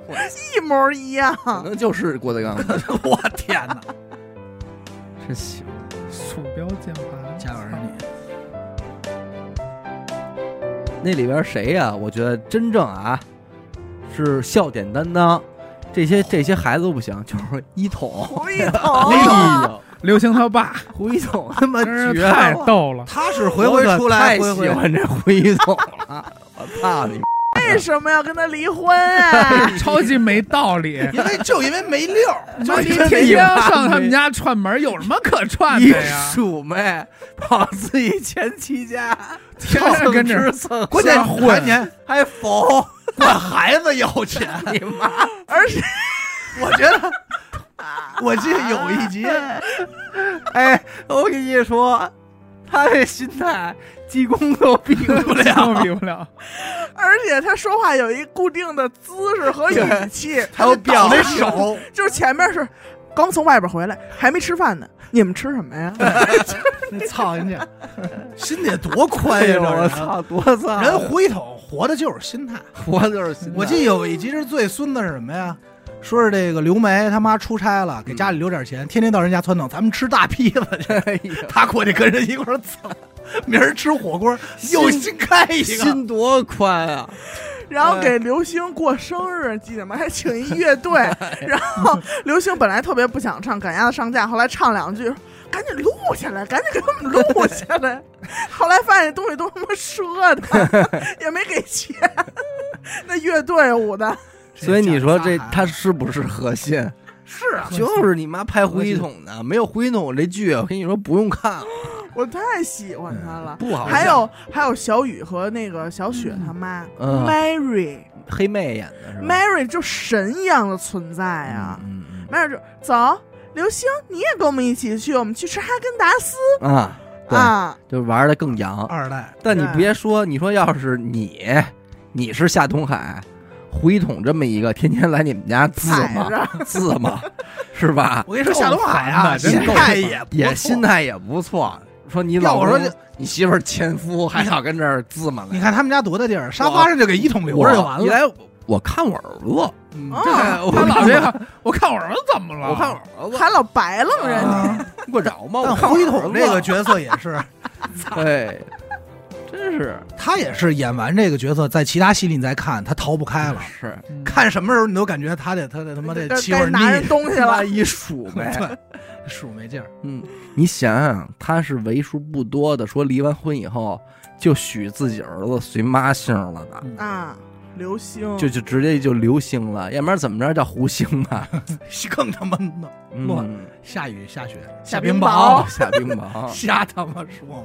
一模一样。可能就是郭德纲， 我天哪！真行。鼠标、键盘，家有儿女，那里边谁呀、我觉得真正啊，是笑点担当。这些这些孩子不行，就是一统。同 一哎头，呦，刘星他爸胡一统他妈真是绝太了！逗了。他是回回出来，我可太回回喜欢这胡一统了。我操你！为什么要跟他离婚啊？ 超级没道理，因为就因为没溜儿，就你真的天天有道理上他们家串门，有什么可串的一呀？鼠妹跑自己前妻家，天天跟着蹭吃蹭喝，关键还关键还 缝，管孩子有钱。 你妈！而 且我觉得，我记得有一集，哎，我跟你说，他这心态，济 公都比不真了，比不了。而且他说话有一固定的姿势和语气，还有表那的手，就是前面是刚从外边回来，还没吃饭呢，你们吃什么呀？那操人家， 心得多宽 呀！这哎我人，啊操，多啊操！人回头活的就是心态。活就是心态，我记得有一集是最孙子是什么呀？说是这个刘梅他妈出差了，给家里留点钱，天天到人家撺掇咱们吃大披子去。嗯哎呀，他过去跟人一块儿蹭，明儿吃火锅又新开一个。心多宽啊！然后哎给刘星过生日，记得吗？还请一 乐队，哎然后刘星本来特别不想唱《赶鸭子上架》，后来唱两句，赶紧录下来，赶紧给我们录下来。 后来发现东西都他妈赊的， 也没给钱。 那乐队舞的，所以你说这假的他是不是核心？是啊， 就是你妈拍胡一统的，没有胡一统这剧，我跟你说不用看了，我太喜欢他了。嗯不好笑。还有还有小雨和那个小雪他妈、嗯 Mary，Mary 黑妹演的是吧？就神一样的存在啊。嗯嗯 Mary 就走，刘星你也跟我们一起去，我们去吃哈根达斯嗯啊，对，啊。就玩的更洋。二代，但你对别说，你说要是你，你是夏东海，胡一统这么一个，天天来你们家字踩嘛着，字 嘛，是吧？我跟你说，夏东海啊，真心够态也不也错心。态也不错。说你要老我公说就你媳妇儿前夫还想跟这儿字嘛来？你看他们家多大地儿，沙发上就给一桶留着就完我一了。啊来我我看我儿子，嗯啊这我他老看这样，我看我儿子怎么了？我看我儿子，还老白楞人家，啊你给我饶吗？我但看胡一我统儿这子，个角色也是，对，真是他也是演完这个角色，在其他戏里你再看，他逃不开了。是嗯看什么时候你都感觉他得他得他妈该得气该味拿人腻，东西他 妈了。一数呗。对，数没劲儿。 嗯，你想想，他是为数不多的说离完婚以后就许自己儿子随妈姓了的，啊，刘星就就直接就刘姓了，要不然怎么着叫胡姓吧？更他妈的 乱嗯，下雨下雪下冰冰雹雹，夏冰雹。瞎他妈说嘛。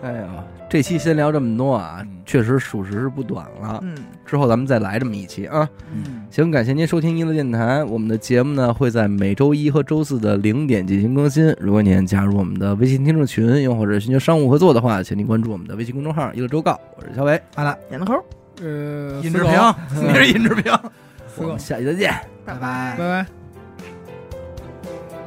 哎呀，这期先聊这么多啊嗯，确实属实是不短了，嗯，之后咱们再来这么一期啊。嗯，行，感谢您收听娱乐电台。我们的节目呢会在每周一和周四的零点进行更新。如果您加入我们的微信听众群，又或者寻求商务合作的话，请您关注我们的微信公众号“娱乐周告。我是小伟，好了，演的抠，呃，尹四志狗平，你是尹志平，四我狗们下期再见。拜拜拜拜。拜